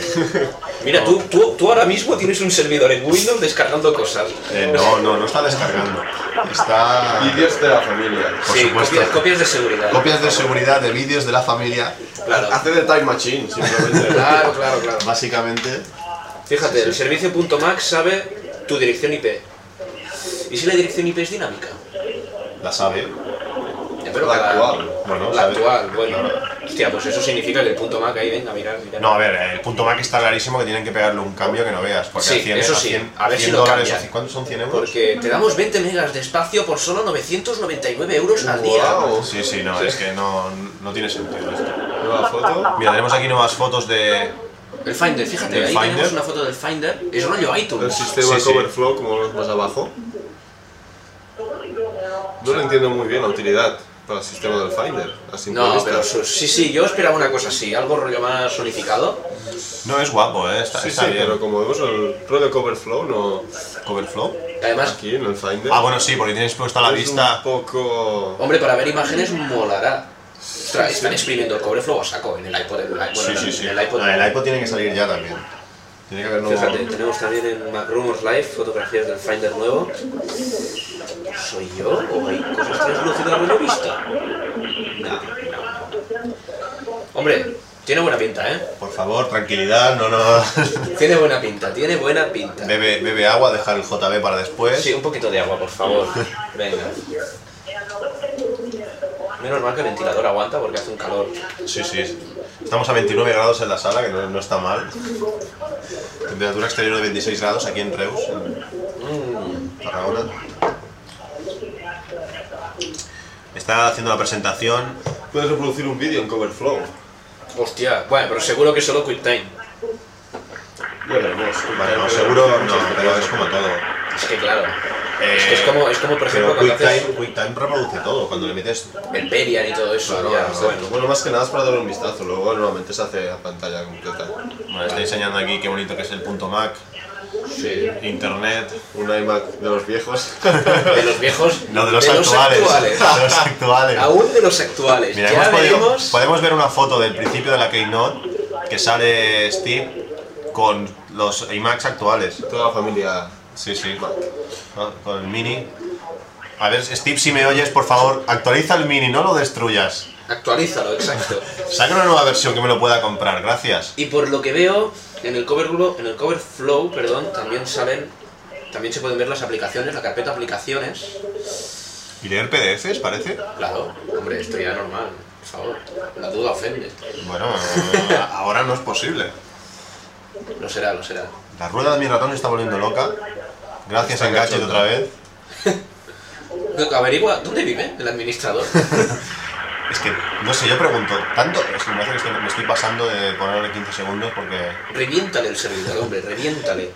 Mira, tú, tú, tú ahora mismo tienes un servidor en Windows descargando cosas. Eh, no, no, no está descargando. Está... Vídeos de la familia. por sí, supuesto. copias, copias de seguridad. Copias de seguridad de vídeos de la familia, Claro, Hace de Time Machine, simplemente. claro, claro. claro. Pues básicamente. Fíjate, el servicio.mac sabe tu dirección IP. ¿Y si la dirección IP es dinámica? La sabe. Ya, Pero la cada- actual. Bueno, la sabe. actual, bueno. Hostia, pues eso significa que el punto Mac ahí, venga, mirar, mirar. No, a ver, el punto Mac está clarísimo que tienen que pegarle un cambio que no veas. Porque Sí, a 100, eso a sí. 100, A ver si 100 lo dólares, cambian. Pues, o- ¿cuántos son 100 euros? Porque te damos 20 megas de espacio por solo 999 euros al día. Guau. Sí, sí, no, es que no, no tiene sentido esto. Nueva foto. Mira, tenemos aquí nuevas fotos de... El Finder, fíjate, ¿El ahí Finder? tenemos una foto del Finder. Es rollo El iTunes. sistema Sí, sí. Coverflow, como vemos más abajo. No lo entiendo muy bien la utilidad para el sistema del Finder. A simple No, vista. pero su- sí, sí, yo esperaba una cosa así, algo rollo más unificado. No, es guapo, ¿eh? Está, Sí, está sí, bien. pero como vemos el rollo Coverflow, no Coverflow. Además, aquí en el Finder. Ah, bueno, sí, porque tienes puesta la es vista... Un poco. hombre, para ver imágenes molará. Ostras, están exprimiendo el cobre flow a saco en el iPod. En el, i- bueno, Sí, en sí, el- sí. en el iPod. Ah, el iPod tiene que salir ya también. Tiene que haber nuevo... Fíjate, tenemos también en Mac Rumors Live fotografías del Finder nuevo. ¿Soy yo o hay cosas translúcidas rollo vista? No, no. Hombre, tiene buena pinta, ¿eh? Por favor, tranquilidad, no, no... Tiene buena pinta, tiene buena pinta. Bebe, bebe agua, dejar el JB para después. Sí, un poquito de agua, por favor. Venga. Menos mal que el ventilador aguanta porque hace un calor. Sí, sí. Estamos a 29 grados en la sala, que no, no está mal. Temperatura exterior de 26 grados aquí en Reus, en Mm, Tarragona. Está haciendo la presentación. Puedes reproducir un vídeo en Coverflow. hostia, bueno, pero seguro que solo QuickTime. Ya veremos. Vale, no, seguro, no, pero es como todo. Es que claro. es que es como, es como por ejemplo Eh, Pero cuando haces QuickTime QuickTime reproduce todo, cuando le metes... Emperian y todo eso. Claro, ya, exacto. bueno. Bueno, más que nada es para darle un vistazo, luego normalmente se hace a pantalla completa. Bueno, está enseñando aquí qué bonito que es el punto Mac, Sí. internet... Un iMac de los viejos. De los viejos. No, de los actuales. De los actuales. Aún de los actuales. Mira, ya hemos podido- veremos. podemos ver una foto del principio de la Keynote que sale Steve con los iMacs actuales. Toda la familia. Sí, sí. Ah, Con el mini. A ver, Steve, si me oyes, por favor, actualiza el mini, no lo destruyas. Actualízalo, exacto. Saca una nueva versión que me lo pueda comprar, gracias. Y por lo que veo, en el cover glo- en el cover flow, perdón, también salen. También se pueden ver las aplicaciones, la carpeta aplicaciones. ¿Y leer PDFs, parece? Claro, hombre, esto ya es normal, por favor. La duda ofende. Bueno, eh, ahora no es posible. Lo será, lo será. La rueda de mi ratón se está volviendo loca. Gracias a Engadget otra vez. Averigua, ¿dónde vive el administrador? Es que, no sé, yo pregunto, tanto... Es que me parece que estoy- me estoy pasando de ponerle 15 segundos porque... reviéntale el servidor, hombre, reviéntale.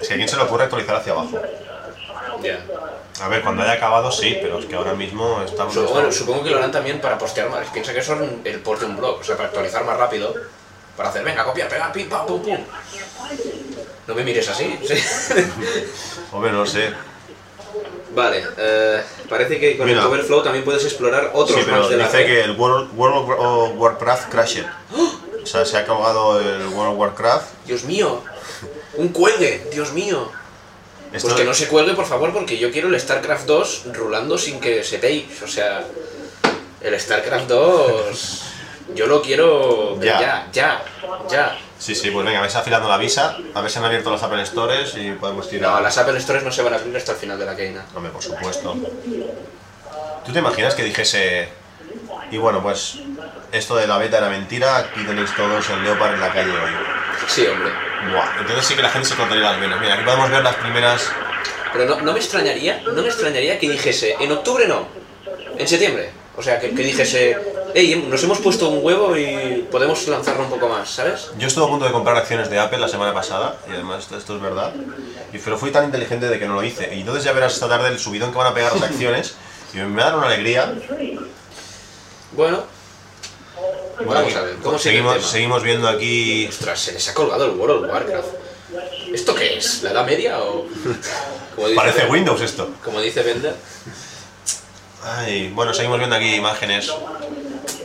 Es que a quién se le ocurre actualizar hacia abajo. Ya. A ver, cuando haya acabado sí, pero es que ahora mismo estamos... Su- Bueno, supongo que lo harán también para postear más. Piensa que eso es el post de un blog, o sea, para actualizar más rápido. Para hacer, venga, copia, pega, pim, pam, pum, pum. No me mires así. sí. Hombre, no sé. vale, eh, parece que con Mira. el Coverflow también puedes explorar Sí, otros pero más de la dice red. que el World, World of- of Warcraft crashed. O sea, se ha acabado el World of Warcraft. Dios mío, un cuelgue, Dios mío. Esto Pues que de- no se cuelgue, por favor, porque yo quiero el StarCraft 2 rulando sin que se pay. O sea, el StarCraft 2 yo lo quiero pero Ya. ya, ya, ya. Sí, sí, pues venga, vais afilando la visa, a ver si han abierto las Apple Stores y podemos ir a... No, las Apple Stores no se van a abrir hasta el final de la queina. Hombre, por supuesto. ¿Tú te imaginas que dijese... Y bueno, pues esto de la beta era mentira, aquí tenéis todos el Leopard en la calle hoy. Sí, hombre. Buah, entonces sí que la gente se cortaría las venas. Mira, aquí podemos ver las primeras... Pero no, no me extrañaría, no me extrañaría que dijese, en octubre no, en septiembre. O sea, que, que dijese, hey, nos hemos puesto un huevo y podemos lanzarlo un poco más, ¿sabes? Yo estuve a punto de comprar acciones de Apple la semana pasada, y además esto, esto es verdad, y, pero fui tan inteligente de que no lo hice. Y entonces ya verás esta tarde el subidón que van a pegar las acciones, y me va a dar una alegría. Bueno, Bueno, Vamos aquí, a ver, ¿cómo sigue el seguimos, tema? seguimos viendo aquí... ostras, se les ha colgado el World of Warcraft. ¿Esto qué es? ¿La Edad Media o...? Como dice- Parece Windows esto. Como dice Bender, Ay, bueno, seguimos viendo aquí imágenes.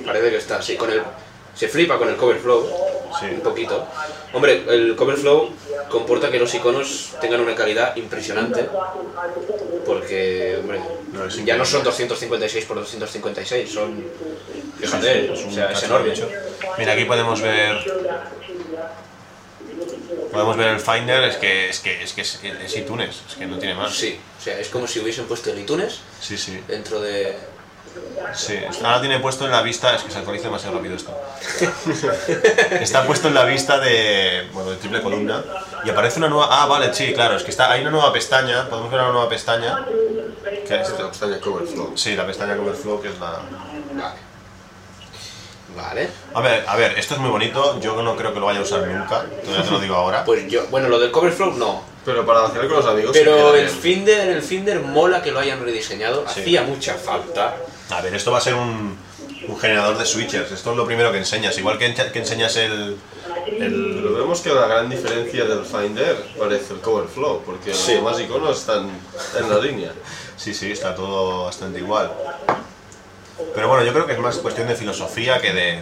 parece que está así, con el... Se flipa con el cover flow. Sí. un poquito. Hombre, el cover flow comporta que los iconos tengan una calidad impresionante, porque, hombre, No, es ya increíble. no son 256 por 256, son, Sí, fíjate, sí, o un sea, es cacho enorme. hecho. Mira, aquí podemos ver... Podemos ver el Finder, es que es, que, es, que es, es iTunes, es que no tiene más. Sí, o sea, es como si hubiesen puesto el iTunes sí, sí. dentro de... Sí, ahora tiene puesto en la vista, es que se actualiza demasiado rápido esto. Está puesto en la vista de, bueno, de triple columna y aparece una nueva, ah, vale, sí, claro, es que está, hay una nueva pestaña, podemos ver una nueva pestaña, que es, Es la pestaña Cover Flow. sí, la pestaña que Overflow, que es la... Vale. Vale. A ver, a ver, esto es muy bonito, yo no creo que lo vaya a usar nunca, todavía te lo digo ahora. Pues yo, bueno, lo del cover flow no. Pero para hacer con los amigos. se Pero queda el bien. Finder, el Finder mola que lo hayan rediseñado, Sí. hacía mucha falta. A ver, esto va a ser un, un generador de switchers, esto es lo primero que enseñas, igual que, encha- que enseñas el... Pero el vemos que la gran diferencia del Finder parece el Cover Flow, porque los Sí. demás iconos están en la línea. Sí, sí, está todo bastante igual. Pero bueno, yo creo que es más cuestión de filosofía que de...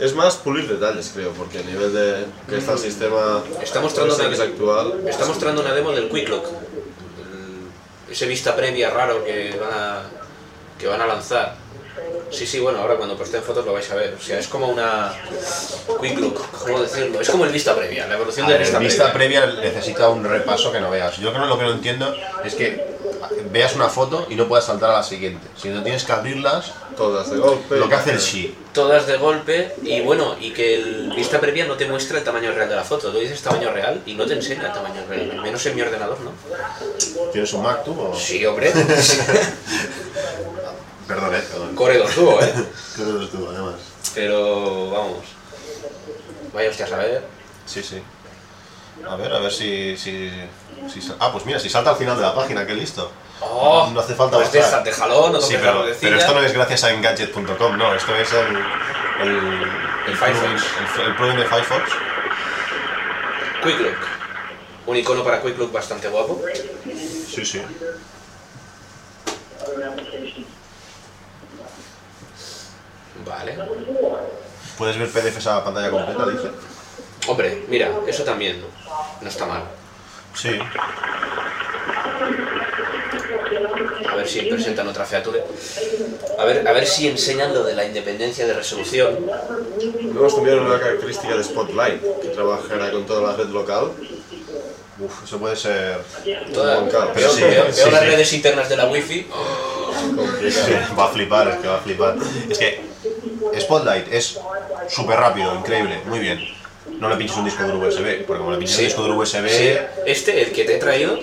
Es más pulir detalles, creo, porque a nivel de que está el sistema Está mostrando este una- que es actual. Está mostrando una demo del Quick Lock. El- Ese vista previa raro que van a, que van a lanzar. Sí, sí, bueno, ahora cuando posteen fotos lo vais a ver. O sea, es como una Quick Look, ¿cómo decirlo? Es como el vista previa, la evolución A del ver, vista, vista previa. previa necesita un repaso que no veas. Yo creo que lo que no entiendo es que veas una foto y no puedas saltar a la siguiente. Si no tienes que abrirlas, Todas de golpe. lo que hace el sí. Todas de golpe y bueno, y que el vista previa no te muestra el tamaño real de la foto. Tú dices tamaño real y no te enseña el tamaño real, al menos en mi ordenador, ¿no? ¿Tienes un Mac tú o...? Sí, hombre. Perdón, eh, perdón. Core dos tubo, ¿eh? Creo que eres tú, además. Pero vamos. Vaya hostia a saber. Sí, sí. A ver, a ver si... si, si sal- ah, pues mira, si salta al final de la página, qué listo. Oh, No hace falta pues buscar. déjate, jalón, no Sí, toques la pero, ruedecilla. pero esto no es gracias a Engadget.com, no, esto es el... El, el Firefox. plugin- El, el plugin de Firefox. Quick Look. Un icono para Quick Look bastante guapo. Sí, sí. Vale. Puedes ver PDFs a pantalla completa, dice. Hombre, mira, eso también no está mal. Sí. A ver si presentan otra feature. A ver, a ver si enseñan lo de la independencia de resolución. Vemos también una característica de Spotlight, que trabajará con toda la red local. Uf, eso puede ser... Toda, Claro, veo sí, veo- sí, veo las sí. redes internas de la wifi. Oh, Sí, va a flipar, es que va a flipar. Es que Spotlight es súper rápido, increíble, muy bien. No le pinches un disco duro USB, porque como le pinches Sí. un disco duro USB... Sí, este, el que te he traído,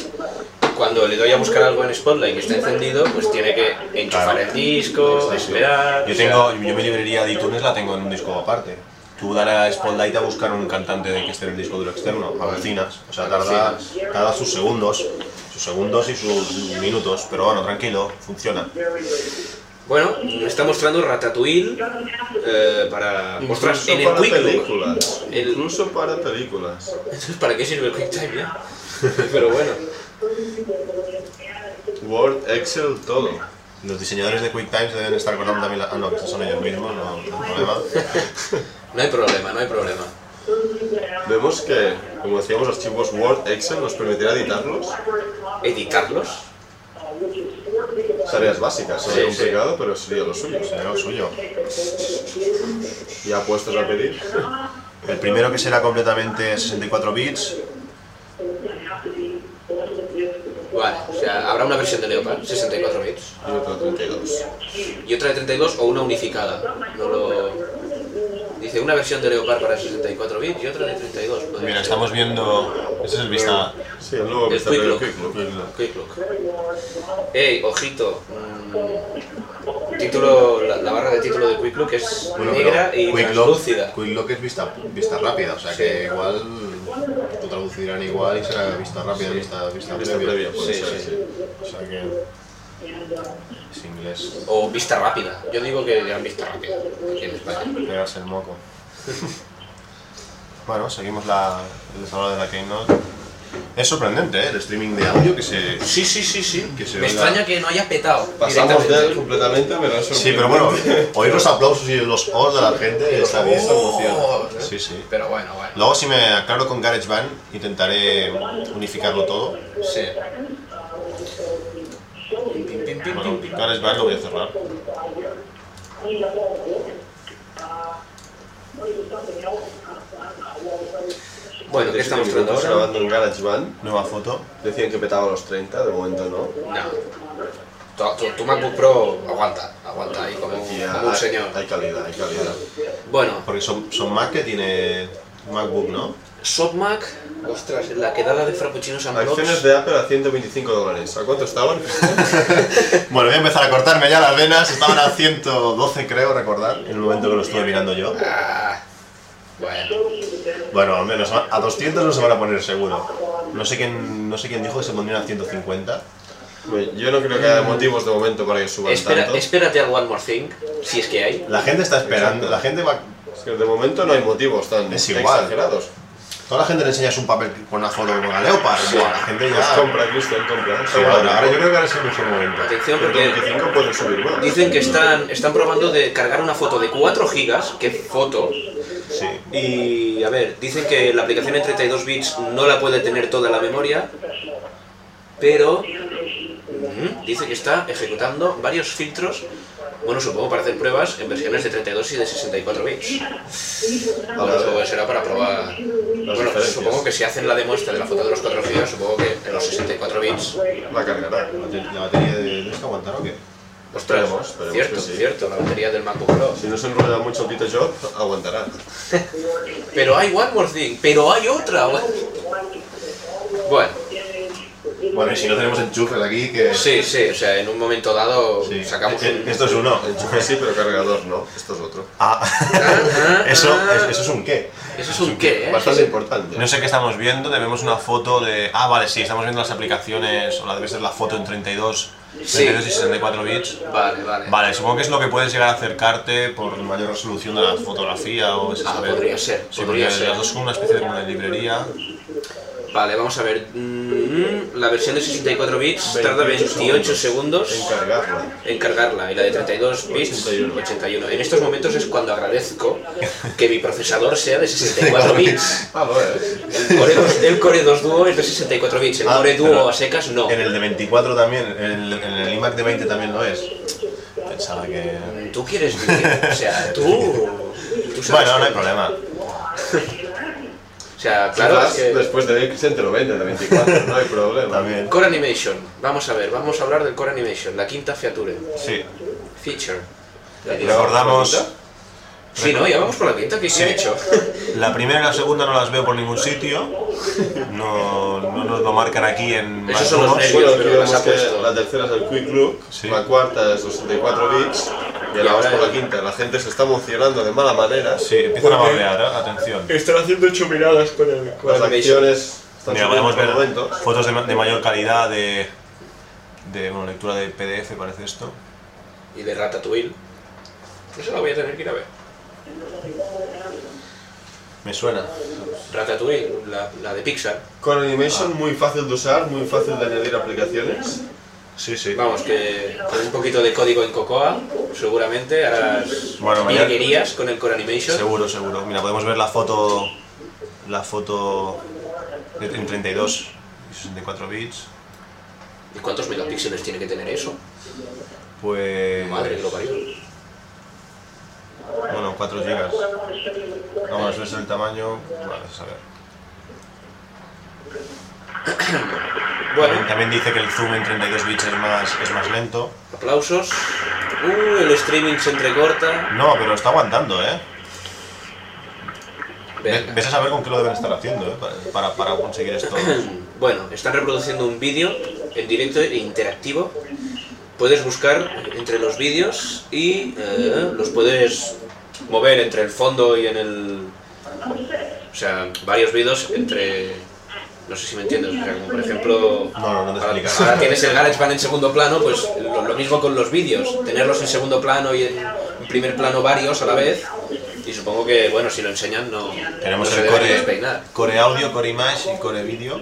cuando le doy a buscar algo en Spotlight que está encendido, pues tiene que enchufar Claro. el disco, Sí, sí. esperar. Yo o sea, tengo, yo mi librería de iTunes la tengo en un disco aparte. Tú dar a Spotlight a buscar un cantante de que esté en el disco duro externo, alucinas. O sea, tarda, tarda sus segundos, sus segundos y sus minutos, pero bueno, tranquilo, funciona. Bueno, me está mostrando Ratatouille eh, para. Ostras, en el para Quick Look. películas. El- Incluso para películas. Entonces, ¿para qué sirve el QuickTime ya? Pero bueno. Word, Excel, todo. Los diseñadores de QuickTime se deben estar colando también la... Ah, no, que estos son ellos mismos, no, no hay problema. No hay problema, no hay problema. Vemos que como decíamos, archivos Word, Excel, nos permitirá editarlos. Editarlos. Tareas básicas, sería Sí, sí. complicado, pero sería lo suyo. Será lo suyo. Ya puestos a pedir. El primero que será completamente 64 bits. Vale, o sea, habrá una versión de Leopard, 64 bits. Y otro 32. Y otra de 32 o una unificada. No lo... Dice una versión de Leopard para 64 bits y otra de 32. podría Mira, ser. estamos viendo. Ese es el vista. Sí, el nuevo El Vista Preview Quick Quick Look. Quick Look. Ey, ojito. mm, título, la, la barra de título de Quick Look es negra y translúcida. Quick Lock es vista, vista rápida, o sea que Sí. igual lo traducirán igual y será vista rápida, Sí. vista, vista, Vista previa. previa, puede Sí, ser, sí. sí. O sea que es inglés. O vista rápida. Yo digo que ya vista rápida. Aquí en España. Pegarse el moco. bueno, seguimos la, el desarrollo de la Keynote. Es sorprendente, ¿eh? El streaming de audio que se. Sí, sí, sí, sí. Que se Me oiga. extraña que no haya petado. Pasamos de él directamente. completamente, pero eso. Sí, pero bueno, oír los aplausos y los os de la gente está bien, está Oh. emocionado. Sí, sí. Pero bueno, bueno. Luego si me aclaro con GarageBand intentaré unificarlo todo. Sí. Bueno, GarageBand lo voy a cerrar. Bueno, ¿qué estamos tratando ahora? grabando en GarageBand. Nueva foto. Decían que petaba los 30, de momento no. No. Tu, tu- tu MacBook Pro aguanta, aguanta ahí como, Aquí ya como un hay- señor. Hay calidad, hay calidad. Bueno, Porque son, son Mac que tiene MacBook, ¿no? SoftMac, ostras, la quedada de frappuccinos and Acciones blocks. de Apple a 125 dólares. ¿A cuánto estaban? Bueno, voy a empezar a cortarme ya las venas. Estaban a 112 creo recordar, en el momento que lo estuve mirando yo. Ah, bueno, Bueno, al menos a a 200 no se van a poner seguro. No sé quién, no sé quién dijo que se pondrían a 150. Yo no creo que haya motivos de momento para que suban espera, tanto. espérate al One More Thing, si es que hay. La gente está esperando, Exacto. la gente va Es que de momento no hay motivos tan Es igual. exagerados. Toda la gente le enseñas un papel con una foto como la Leopard. Buah, la gente Pues ya. compra, Cristian, compra. Sí, ahora, ahora yo creo que ahora es el mejor momento. Atención Pero porque 25 pueden subir más. dicen que están, están probando de cargar una foto de 4 gigas, que foto, Sí. y a ver, dicen que la aplicación en 32 bits no la puede tener toda la memoria, pero Ujú, Dice que está ejecutando varios filtros, bueno, supongo para hacer pruebas en versiones de 32 y de 64 bits. Ahora supongo que será para probar. Bueno, diferencias. supongo que si hacen la demuestra de la foto de los 4 gigas, supongo que en los 64 bits. La cargará. ¿La bate- la batería de tienes que aguantar o qué? Ostras, Esperemos, esperemos cierto, que sí. cierto, la batería del MacBook Pro. Si no se enrolla mucho Pito Job, aguantará. Pero hay one more thing, pero hay otra. Bueno, Bueno, Bueno, y si no tenemos enchufes aquí, que. sí, sí, o sea, en un momento dado Sí. sacamos Eh, eh, un. Esto es uno. Enchufe sí, pero cargador no. Esto es otro. Ah, Ah, ah, eso, ah. es, eso es un qué. Eso es un qué, ¿eh? Bastante importante. No sé qué estamos viendo, tenemos una foto de. Ah, vale, sí, estamos viendo las aplicaciones, o la debe ser la foto en 32, Sí. 32 y 64 bits. Vale, vale. Vale, supongo que es lo que puedes llegar a acercarte por mayor resolución de la fotografía o ese Ah, saber. podría ser, Sí, podría porque ser. las dos son una especie de, como de librería. Vale, vamos a ver. Mm, La versión de 64 bits tarda 28 segundos Encargarlo. en cargarla y la de 32 bits 81. 81. En estos momentos es cuando agradezco que mi procesador sea de 64 bits. Ah, lo es. El Core 2, el Core 2 Duo es de 64 bits, el Ah, Core pero- Duo a secas no. En el de 24 también, en el, en el iMac de 20 también lo es. Pensaba que. Tú quieres vivir, o sea, tú... tú sabes Bueno, no hay que- problema. O sea, claro, es Quizás que... después de Dixon te lo venden de 24, no hay problema. También. Core Animation, vamos a ver, vamos a hablar del Core Animation, la quinta feature. Sí. Feature. Recordamos. Sí, no, ya vamos por la quinta, que se ha hecho? La primera y la segunda no las veo por ningún sitio. No, no nos lo marcan aquí en Esos son los Macromos. nervios. Bueno, aquí Pero las vemos ha que puesto. la tercera es el Quick Look, Sí. la cuarta es los 64 bits y Y ahora vamos ahora por la el- quinta. La gente se está emocionando de mala manera. Sí, empiezan a babear, ¿eh? atención. Están haciendo chuminadas con el Las acciones están Mira, subiendo podemos por ver momento. fotos de, ma- de mayor calidad de, de bueno, lectura de PDF, parece esto. Y de Ratatouille. Eso la voy a tener que ir a ver. Me suena. Ratatouille, la, la de Pixar. Con Animation muy fácil de usar, muy fácil de añadir aplicaciones. Sí, sí. Vamos, que con un poquito de código en Cocoa, seguramente harás Bueno, mañana- virguerías con el Core Animation. Seguro, seguro. Mira, podemos ver la foto. La foto de- en 32 y 64 bits, ¿Y cuántos megapíxeles tiene que tener eso? pues... Madre que lo parió. Bueno, 4 gigas. Vamos, eso es el tamaño... Bueno, eso es a ver. También, Bueno, también dice que el zoom en 32 bits es más, es más lento. aplausos. Uh, el streaming se entrecorta. No, pero está aguantando, ¿eh? Ve- Venga. Ves a saber con qué lo deben estar haciendo, ¿eh? Pa- Para, para conseguir esto. Bueno, están reproduciendo un vídeo en directo e interactivo. Puedes buscar entre los vídeos y eh, los puedes mover entre el fondo y en el... O sea, varios vídeos entre... No sé si me entiendes, o sea, como por ejemplo... No, no, no te Ahora, explicas. ahora tienes el GarageBand en segundo plano, pues lo, lo mismo con los vídeos, tenerlos en segundo plano y en primer plano varios a la vez. Y supongo que, bueno, si lo enseñan no, Tenemos no se el debe core- despeinar. Core audio, core image y core video.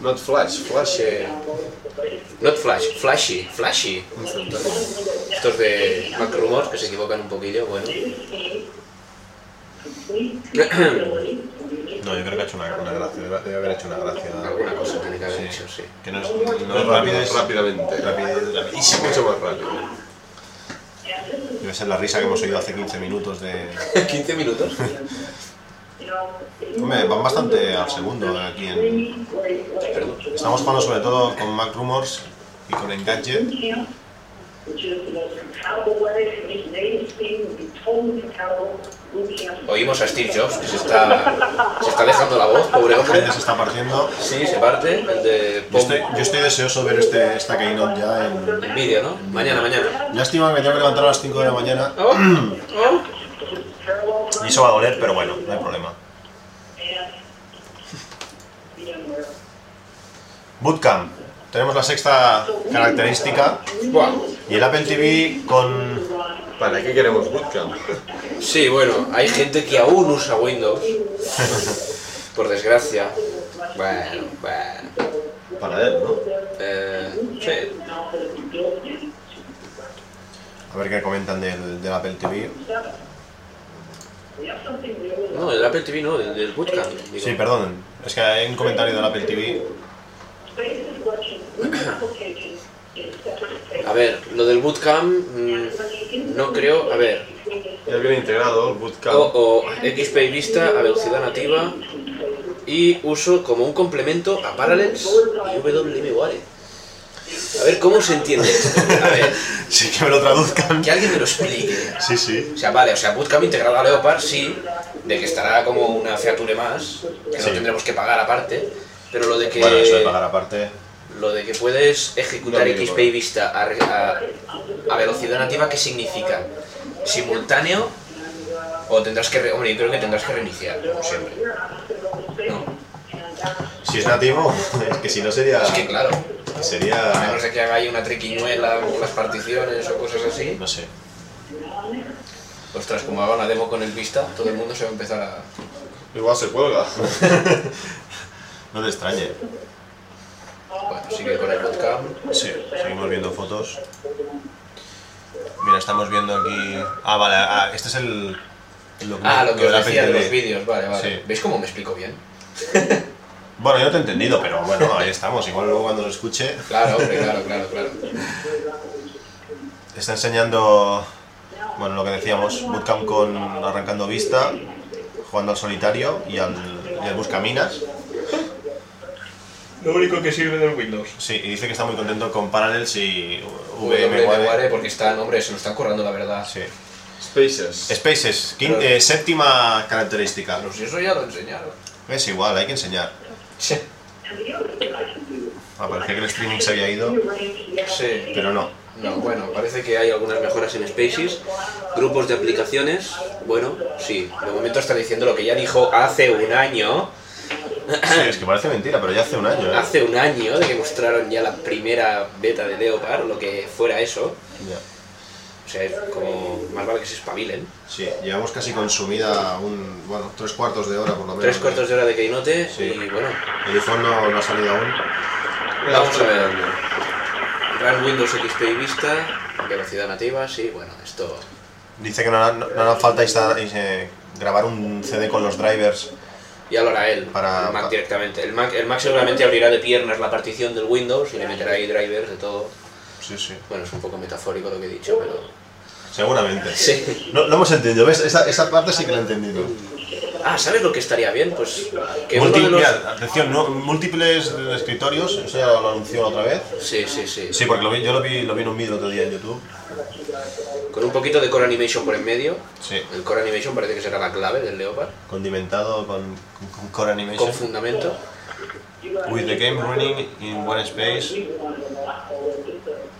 Not flash, flash. eh, Not flash, flashy, flashy. Estos de Mac Rumors que se equivocan un poquillo, bueno. No, yo creo que ha hecho una, una gracia. Debe debe haber hecho una gracia. Alguna cosa tiene que haber hecho, sí. Que no es, no No es rápido, rápido, es rápido. rápidamente. rapidísimo. Mucho más rápido. Debe ser la risa que hemos oído hace 15 minutos de... 15 minutos. Hombre, van bastante al segundo aquí en... Perdón. Estamos jugando sobre todo con Mac Rumors y con Engadget. Oímos a Steve Jobs que se está, se está dejando la voz, pobre La hombre. gente se está partiendo. Sí, se parte, el de Yo estoy, yo estoy deseoso de ver este, esta Keynote ya en... En vídeo, ¿no? Mañana, mañana. Lástima que me tengo que levantar a las 5 de la mañana. Oh, oh. Y eso va a doler, pero bueno, no hay problema. Bootcamp. Tenemos la sexta característica. Buah. Y el Apple TV con... ¿Para qué queremos bootcamp? Sí, bueno, hay gente que aún usa Windows. Por desgracia. Bueno, bueno. Para él, ¿no? Eh, sí. A ver qué comentan del, del Apple TV. No, el Apple TV no, el del Bootcamp. digo. Sí, perdón. Es que hay un comentario del Apple TV. A ver, lo del Bootcamp. mm, no creo. A ver. Ya viene integrado el bootcamp. O, o XP y Vista a velocidad nativa. Y uso como un complemento a Parallels y WM Wallet. A ver, ¿cómo se entiende esto? A ver, Sí, que me lo traduzcan. que alguien me lo explique. Sí, sí. O sea, vale, o sea, Bootcamp integrado a Leopard sí, de que estará como una feature más, que Sí. no tendremos que pagar aparte, pero lo de que, Bueno, eso de pagar aparte. Lo de que puedes ejecutar No, no, no. XP y Vista a, re- a- a velocidad nativa, ¿qué significa? ¿Simultáneo? ¿O tendrás que... re- hombre, yo creo que tendrás que reiniciar, como siempre. No, Si es nativo, es que si no sería... es que claro, a Sería... menos de que haga ahí una triquiñuela con las particiones o cosas así. No sé. Ostras, como haga una demo con el Vista, todo el mundo se va a empezar a... Igual se cuelga. No te extrañe. Bueno, sigue con el Bootcamp. Sí, seguimos viendo fotos. Mira, estamos viendo aquí... Ah, vale, ah, este es el... el Ah, lo que del os Apple decía de TV. los vídeos, vale, vale. Sí. ¿Veis cómo me explico bien? Bueno, yo no te he entendido, pero bueno, ahí estamos. Igual luego cuando lo escuche... Claro, hombre, claro, claro, claro. Está enseñando, bueno, lo que decíamos, bootcamp con arrancando vista, jugando al solitario y al, y al buscaminas. Lo único que sirve del Windows. Sí, y dice que está muy contento con Parallels y WMWare VM. porque están, hombre, se lo están currando la verdad. Sí. Spaces. Spaces, quin- eh, séptima característica. Pero si eso ya lo enseñaron. Es igual, hay que enseñar. Sí. Ah, parecía que el streaming se había ido, Sí. pero no. No, bueno, parece que hay algunas mejoras en Spaces, grupos de aplicaciones, bueno, sí, de momento está diciendo lo que ya dijo hace un año, Sí, es que parece mentira, pero ya hace un año, ¿eh? hace un año de que mostraron ya la primera beta de Leopard, lo que fuera eso, Ya. o sea, es como más vale que se espabilen. Sí, llevamos casi consumida un, bueno, tres cuartos de hora por lo menos. Tres cuartos de hora de Keynote Sí. y bueno, El iPhone no, no ha salido aún. Vamos a ver. Run Windows XP y Vista, velocidad nativa, sí, bueno, esto... Dice que no hará, no hará falta instalar- eh, grabar un CD con los drivers Ya lo hará él, Para- el Mac pa- directamente. El Mac, el Mac seguramente abrirá de piernas la partición del Windows y le meterá ahí drivers de todo. Sí, sí. Bueno, es un poco metafórico lo que he dicho, pero... Seguramente. Sí. No, lo hemos entendido, ¿ves? Esa, esa parte sí que la he entendido. Ah, ¿sabes lo que estaría bien? Pues que uno Múlti- de los... mira, atención, ¿no? múltiples eh, escritorios, eso ya lo anunció otra vez. Sí, sí, sí. Sí, porque lo vi- yo lo vi, lo vi en un vídeo el otro día en YouTube. Con un poquito de Core Animation por en medio. Sí, El Core Animation parece que será la clave del Leopard. condimentado con, con- con Core Animation. Con fundamento. With the game running in one space.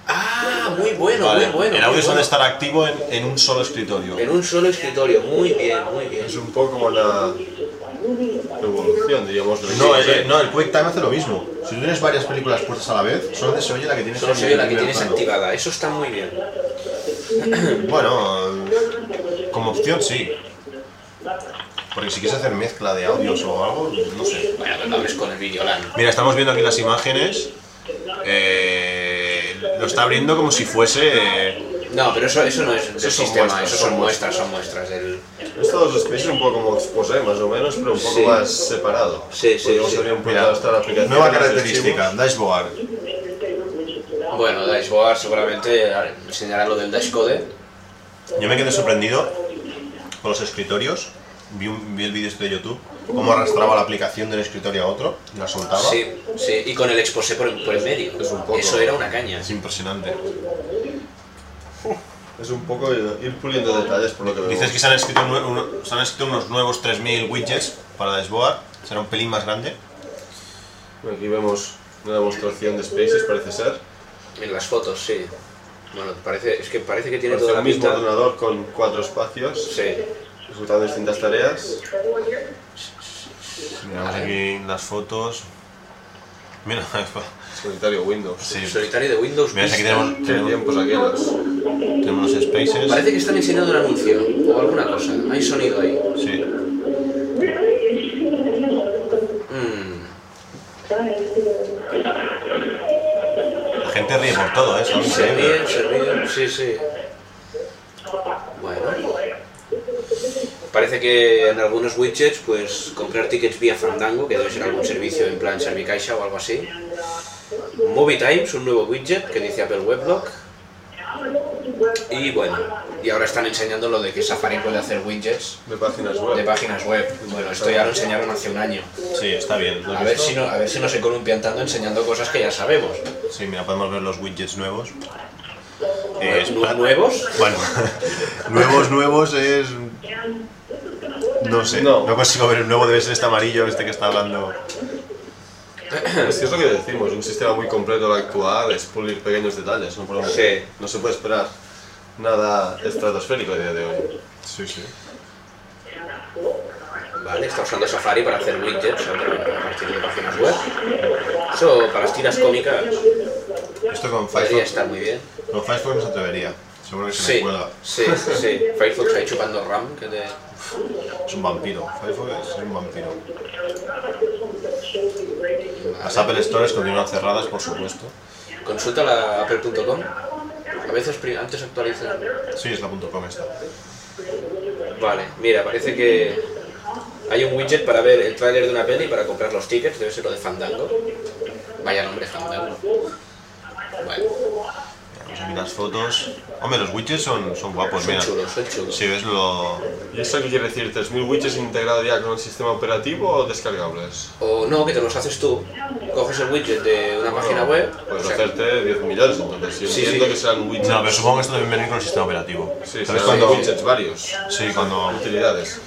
Ah, muy bueno, Vale, muy bueno. el muy audio es bueno. donde estar activo en, en un solo escritorio. En un solo escritorio, muy bien, muy bien. Es un poco como la evolución, diríamos. del No, el, Skype. el- no, el QuickTime hace lo mismo. Si tú tienes varias películas puestas a la vez, solo se oye la que tienes Solo se oye la que tienes activa. activada, eso está muy bien. Bueno, como opción sí. Porque si quieres hacer mezcla de audios o algo, no sé. Bueno, pero lo abres con el Videolan. Mira, estamos viendo aquí las imágenes. Eh, lo está abriendo como si fuese... eh, No, pero eso, eso no es del son sistema, muestras, eso son son muestras, son muestras. del- Estos dos spaces un poco como exposé, más o menos, pero un poco Sí. más separado. Sí, sí, Podríamos sí. abrir un mira, puntado hasta la aplicación. nueva de los característica, archivos. Dashboard. Bueno, Dashboard seguramente enseñará lo del Dashcode. Yo me quedé sorprendido con los escritorios. Vi, un- vi el vídeo este de YouTube, cómo arrastraba la aplicación de un escritorio a otro, la soltaba. Sí, sí, y con el exposé por, por el medio. Es un poco- Eso era una caña. Es impresionante. Es un poco ir ir puliendo detalles por lo que veo. Dices que se han escrito, nue- uno- se han escrito unos nuevos 3.000 widgets para Dashboard. Será un pelín más grande. Aquí vemos una demostración de spaces, parece ser. En las fotos, sí. Bueno, parece, es que parece que tiene Parece toda la un mismo pinta. ordenador con cuatro espacios, Sí. ejecutando distintas tareas. Miramos Vale. aquí las fotos. Mira, Solitario Windows. sí. Solitario de Windows. Mira, aquí Vista. tenemos, Qué tenemos, tiempos aquellos. tenemos los spaces. Parece que están enseñando un anuncio o alguna cosa. Hay sonido ahí. Sí. Mm. La gente ríe por todo, ¿eh? Está Se increíble. ríen, se ríen, sí, sí. Bueno. Parece que en algunos widgets, pues comprar tickets vía Fandango, que debe ser algún servicio en plan Servicaixa o algo así. Movie Times, un nuevo widget que dice Apple Weblog. Y bueno, y ahora están enseñando lo de que Safari puede hacer widgets De páginas de web. páginas web. Bueno, esto ya lo enseñaron hace un año. Sí, está bien. ¿Lo has A ver visto? si no, a ver si no se columpian tanto enseñando cosas que ya sabemos. Sí, mira, podemos ver los widgets nuevos. Eh, es ¿Nu- pla- ¿Nuevos? Bueno, nuevos, nuevos es. No sé, No. no. consigo ver el nuevo, debe ser este amarillo, este que está hablando. Es que es lo que decimos, un sistema muy completo el actual es pulir pequeños detalles, no, podemos- Sí. no se puede esperar nada estratosférico a día de hoy. Sí, sí. Vale, está usando Safari para hacer widgets a partir de páginas web. Eso para las tiras cómicas Esto con podría Firefox. estar muy bien. Con Firefox no se atrevería. Seguro que se me Sí, cuelga. sí, sí. Firefox ahí chupando RAM. Que te... Es un vampiro. Firefox es un vampiro. Las Vale. Apple Stores continúan cerradas, por supuesto. Consulta la apple.com. A veces pri- antes actualizan. Sí, es la punto .com esta. Vale, mira, parece que hay un widget para ver el tráiler de una peli y para comprar los tickets. Debe ser lo de Fandango. Vaya nombre, Fandango. Bueno, Vamos a mirar Pues las fotos. Hombre, los widgets son, son guapos, soy Pues mira. chulo, soy chulo. Si ves lo. ¿Y eso qué quiere decir? ¿3.000 widgets integrados ya con el sistema operativo o descargables? O no, que te los haces tú. Coges el widget de una página web. pues Puedes o sea, pues hacerte 10 millones, entonces yo Sí, entiendo sí. que serán widgets. No, pero supongo que esto debe venir con el sistema operativo. Sí, ¿Sabes serán cuando.? widgets varios, Sí, cuando. utilidades.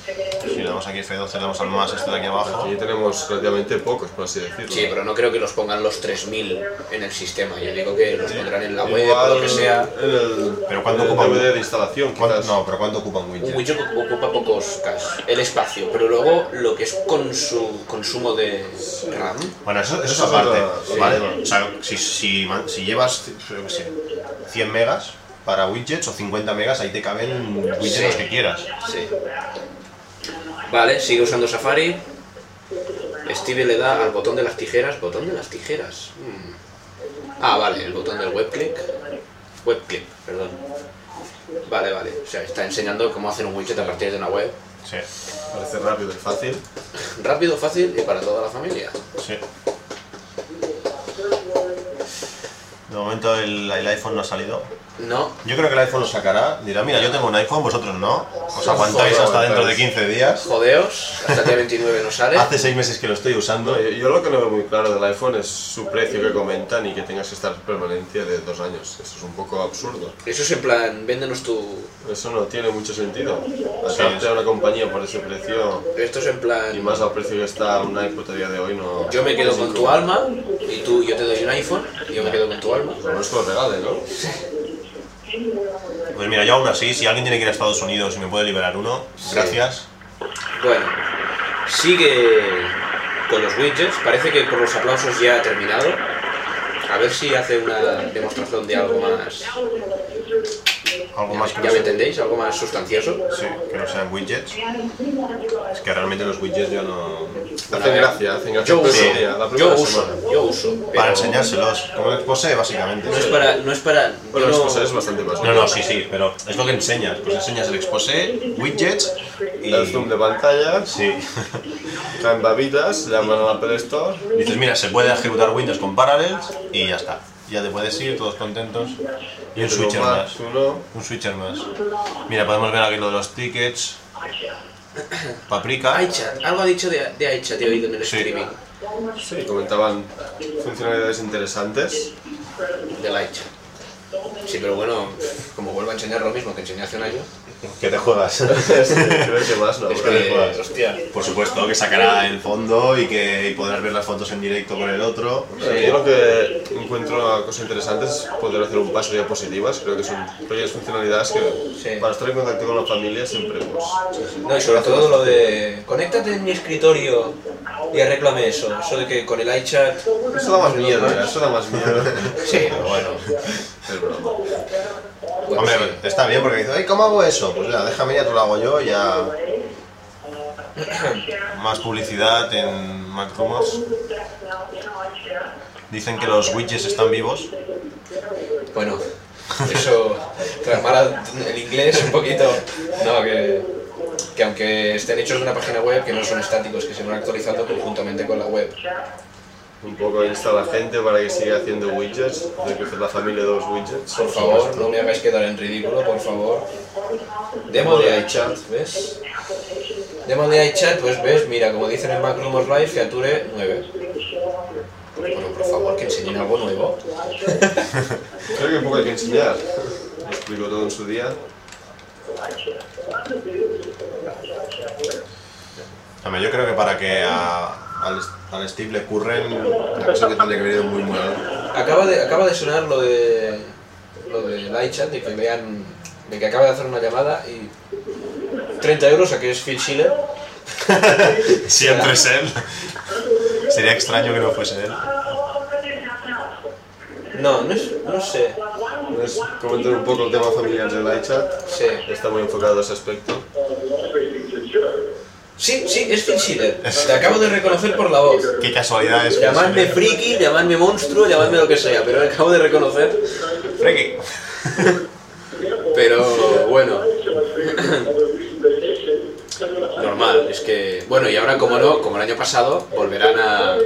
Si le damos aquí F12, le damos al más, esto de aquí abajo. Aquí tenemos relativamente pocos, por así decirlo. Sí, pero no creo que los pongan los 3.000 en el sistema. Yo digo que los pondrán en la web Igual o lo que sea. En el, Pero ¿cuánto en el ocupa un- DVD de instalación, ¿Cuánto- quizás. No, pero ¿cuánto ocupa un Un widget? widget ocu- ocupa pocos cas el espacio, pero luego lo que es consu- consumo de RAM. Bueno, eso, eso Eso es es aparte, otra- ¿vale? sí. O sea, si, si, man- si llevas, yo qué sé, 100 megas para widgets o 50 megas, ahí te caben widgets Sí. los que quieras. Sí. Vale, sigue usando Safari. Steve le da al botón de las tijeras. Botón de las tijeras. Mm. Ah, vale, el botón del webclick. Webclick, perdón. Vale, vale. O sea, está enseñando cómo hacer un widget a partir de una web. Sí, Parece rápido y fácil. Rápido, fácil y para toda la familia. sí. De momento el, el iPhone no ha salido. No, Yo creo que el iPhone lo sacará. Dirá, mira, yo tengo un iPhone, vosotros no. Os aguantáis Joder, hasta dentro de aguantáis. 15 días. jodeos, hasta que 29 no sale. Hace 6 meses que lo estoy usando. No, Eh, yo, yo lo que no veo muy claro del iPhone es su precio que comentan y que tengas que estar permanencia de dos años. Eso es un poco absurdo. Eso es en plan, véndenos tu... Eso no tiene mucho sentido. Sí, Atarte sí. a una compañía por ese precio Esto es en y plan, más al precio que está un iPod a día de hoy no... yo me quedo es con tu incómodo. alma y tú, yo te doy un iPhone y yo me quedo con tu alma. Por lo menos que lo regale, ¿no? Pues mira, yo aún así, si alguien tiene que ir a Estados Unidos y me puede liberar uno, gracias. Bueno, sigue con los widgets. Parece que por los aplausos ya ha terminado. A ver si hace una demostración de algo más. Algo más que ya no me sea- entendéis, algo más sustancioso. sí, que no sean widgets. Es que realmente los widgets yo no... Hacen gracia, hacen gracia. Yo el uso, primer día, la yo primera uso, semana. yo uso. pero Para enseñárselos, como el exposé, básicamente. No es para, no es para. Bueno, yo las no- cosas es bastante más No, no, sí, sí, pero es lo que enseñas. Pues enseñas el exposé, widgets y... El zoom de pantalla, Sí. caen babitas, llaman a la Play Store. Dices, mira, se puede ejecutar Windows con Parallels y ya está. Ya te puedes ir, todos contentos. Y un tú switcher vas, más. tú no. Un switcher más. Mira, podemos ver aquí lo de los tickets. Paprika. iChat, algo ha dicho de, de iChat he oído en el Sí. streaming Sí, comentaban funcionalidades interesantes. del iChat. Sí, pero bueno, como vuelvo a enseñar lo mismo que enseñé hace un año. Que te juegas. Sí, Creo que más no. Es habrá. que- eh, jodas. hostia. Por supuesto, que sacará el fondo y que y podrás ver las fotos en directo con el otro. Eh, Yo lo que encuentro cosas interesantes es poder hacer un paso de diapositivas. Creo que son pequeñas funcionalidades que Sí. para estar en contacto con la familia siempre pues, No, y sobre todo lo de. Conéctate en mi escritorio y arréglame eso. Eso de que con el iChat. Eso da más miedo, ya, eso da más miedo. Sí, Pero bueno. Es broma. bueno, Hombre, sí. está bien porque dices, "Ay, ¿cómo hago eso? Pues ya, déjame, ya te lo hago yo, ya. Más publicidad en MacRumors. Dicen que los widgets están vivos. Bueno, eso. Tras mala el inglés un poquito. No, que. Que aunque estén hechos de una página web, que no son estáticos, que se van actualizando conjuntamente con la web. Un poco insta a la gente para que siga haciendo widgets, de que la familia de los widgets. Por favor, no me hagáis quedar en ridículo, por favor. Demo de iChat, ¿ves? Demo de iChat, pues ves, mira, como dicen en Mac Rumors Live, Feature 9. Pues bueno, por favor, que enseñen algo nuevo. Creo que un poco hay que enseñar. Lo explico todo en su día. Hombre, yo creo que para que a- al, al Steve le curren, la cosa que tendría que haber ido muy mal. Acaba de, acaba de sonar lo de lo del iChat, de que vean, de que acaba de hacer una llamada y 30 euros a que es Phil Schiller. Siempre es él. Sería extraño que no fuese él. No, no es, no sé, Entonces, comentar un poco el tema familiar del iChat. sí. Está muy enfocado a ese aspecto. Sí, sí, es Phil Schiller. Te acabo de reconocer por la voz. Qué casualidad es. que Llamadme se- friki, llamadme monstruo, llamadme lo que sea, pero acabo de reconocer. Friki. Pero bueno. Normal, es que. Bueno, y ahora como no, como el año pasado, volverán a. A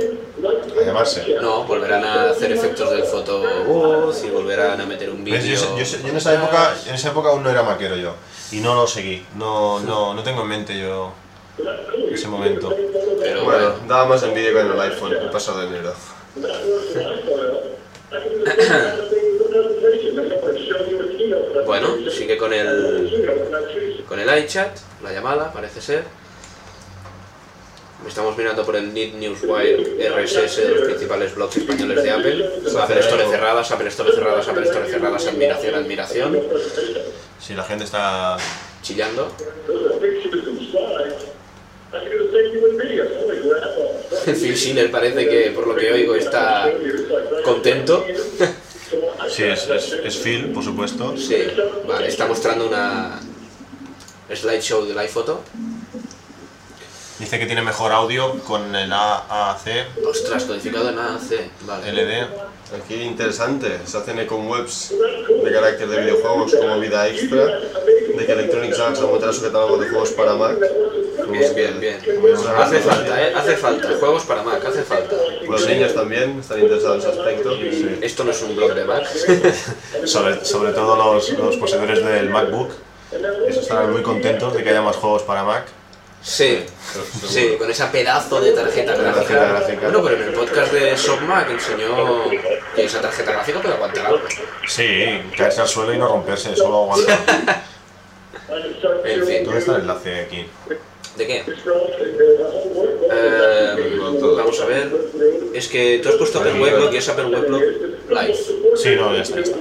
llamarse. No, volverán a hacer efectos del foto voz y volverán a meter un vídeo. ¿Ves? Pues Yo, sé- yo sé- yo en, esa época, en esa época aún no era maquero yo. Y no lo seguí. No, no, no tengo en mente yo ese momento. Pero Bueno, bueno. daba más envidia con el iPhone el pasado de enero. Bueno, sigue con el. Con el iChat, la llamada, parece ser. Estamos mirando por el Need Newswire RSS de los principales blogs españoles de Apple. Apple Store cerradas, Apple Store cerradas, Apple Store cerradas, admiración, admiración. Si la gente está. Chillando. Phil Schiller parece que, por lo que oigo, está contento. Sí, es, es, es Phil, por supuesto. Sí, vale, está mostrando una slideshow del iPhoto. Dice que tiene mejor audio con el AAC, Ostras, codificado en AC, vale. LD. Aquí interesante, se hacen eco en webs de carácter de videojuegos como vida extra, de que Electronic Arts ha mostrado su catálogo de juegos para Mac. Bien, bien, bien. Hace falta, ¿eh? Hace falta. Juegos para Mac, hace falta. Los niños también están interesados en ese aspecto. Esto no es un blog de Mac. Sobre, sobre todo los, los poseedores del MacBook. Eso estarán muy contentos de que haya más juegos para Mac. Sí, Pero- sí, con esa pedazo de tarjeta Tarjeta gráfica. gráfica. Bueno, pero en el podcast de Shop Mac enseñó que esa tarjeta gráfica puede aguantar algo. Sí, caerse al suelo y no romperse, solo aguantar. En fin. ¿Dónde está el enlace aquí? ¿De qué? Eh, Eh, vamos a ver. Es que tú has puesto Apple Weblog y es Apple Weblog Live. Sí, no, ya está. ya está.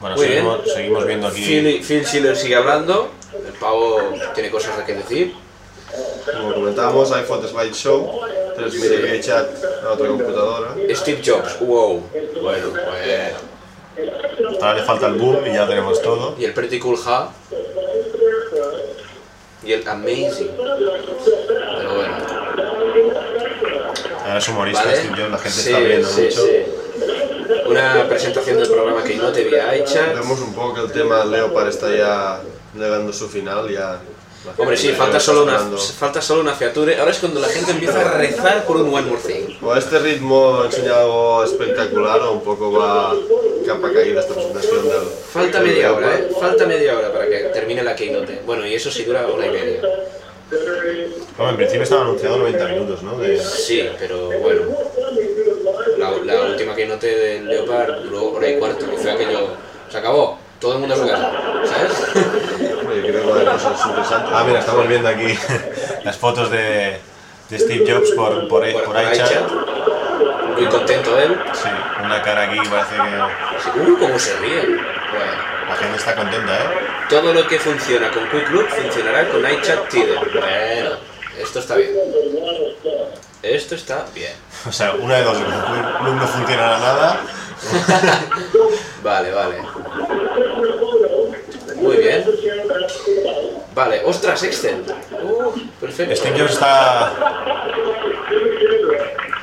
Bueno, Muy seguimos, seguimos viendo aquí. Phil, Phil Schiller sigue hablando. El pavo tiene cosas de que decir. Como comentábamos, iPhone Slideshow transmite Sí. vía chat a otra computadora. Steve Jobs, wow. Bueno, pues, bueno. Ahora le falta el boom y ya tenemos todo. Y el Pretty Cool Ha. Y el Amazing. Pero bueno. Ahora es humorista, ¿Vale? Steve Jobs, la gente Sí, está viendo sí, mucho. sí. Una presentación del programa que no te había hecha. Vemos un poco que el tema Leopard está ya llegando a su final. Ya la Hombre, sí, gente falta está solo una, esperando. falta solo una fiature. Ahora es cuando la gente empieza a rezar por un One More Thing. O a este ritmo enseña algo espectacular o un poco va capa caída esta presentación del. Falta del media hora, Leopard. ¿eh? Falta media hora para que termine la keynote. Bueno, y eso sí dura hora y media. Bueno, en principio estaba anunciado 90 minutos, ¿no? De- Sí, pero bueno. La, la última keynote del Leopard duró hora y cuarto. Y fue aquello. Se acabó. Todo el mundo a su casa. ¿Sabes? Hombre, creo que va a haber cosas interesantes. Ah, mira, estamos viendo aquí las fotos de, de Steve Jobs por, por, Por- por por ahí, iChat. chat. Muy contento él. Sí, una cara aquí parece que Sí, Uh, cómo se ríe. Bueno. la gente está contenta, ¿eh? Todo lo que funciona con Quick Look funcionará con iChat Tidal. Bueno, esto está bien. Esto está bien. O sea, una de dos, o no, no funcionará nada. Vale, vale. Muy bien. Vale, ostras, Excel. Uh, perfecto. Steve Jobs está...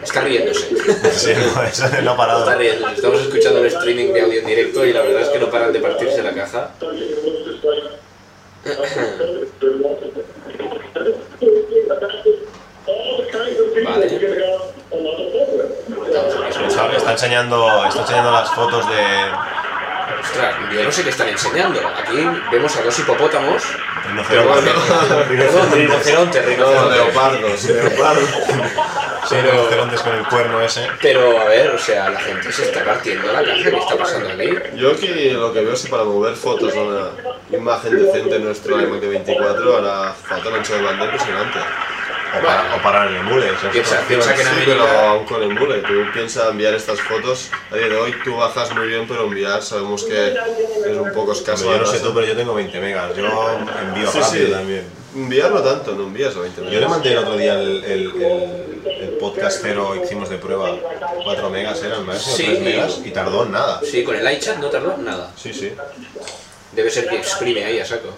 Está riéndose. Sí, no, eso no ha Está parado. riéndose. Estamos escuchando el streaming de audio en directo y la verdad es que no paran de partirse la caja. Vale. Estamos aquí Está, escuchando. está enseñando, está enseñando las fotos de Ostras, yo no sé qué están enseñando. Aquí vemos a dos hipopótamos. rinocerontes. Perdón, rinocerontes, No, rinocerontes. leopardos, leopardos. Son rinocerontes con el cuerno ese. Pero a ver, o sea, la gente se está partiendo la caja. ¿Qué está pasando aquí? Yo aquí lo que veo es que para mover fotos a una imagen decente en nuestro iMac de 24 hará falta un ancho de banda impresionante. O, para- o parar en el mule. eso es Piensa, todo. piensa que en sí, pero América. aún con el mule, tú piensas enviar estas fotos. A día de hoy tú bajas muy bien, pero enviar sabemos que es un poco escaso. Hombre, yo no sé además. tú, pero yo tengo 20 megas. Yo envío Sí, rápido sí. también. Enviar no tanto, no envías a 20 Yo le minutos. mandé el otro día el, el, el, el podcast cero que hicimos de prueba. 4 megas eran, ¿verdad? Sí. 3 megas y tardó en nada. Sí, con el iChat no tardó nada. Sí, sí. Debe ser que exprime ahí a saco.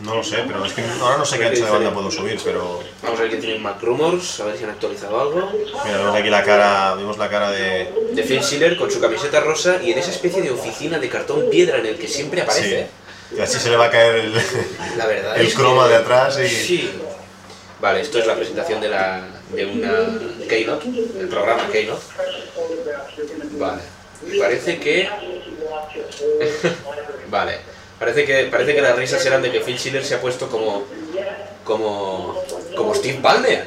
No lo sé, pero es que ahora no sé qué ancho de banda puedo subir, pero Vamos a ver qué tienen Mac Rumors, a ver si han actualizado algo. mira, vemos aquí la cara, vemos la cara de... De Phil Schiller con su camiseta rosa y en esa especie de oficina de cartón piedra en el que siempre Sí. aparece. Y así se le va a caer el, La verdad el es que- croma de atrás y... Sí. Vale, esto es la presentación de, la, de una Keynote, el programa Keynote. Vale. Y parece que. vale. Parece que, parece que las risas eran de que Phil Schiller se ha puesto como. como. como Steve Ballmer.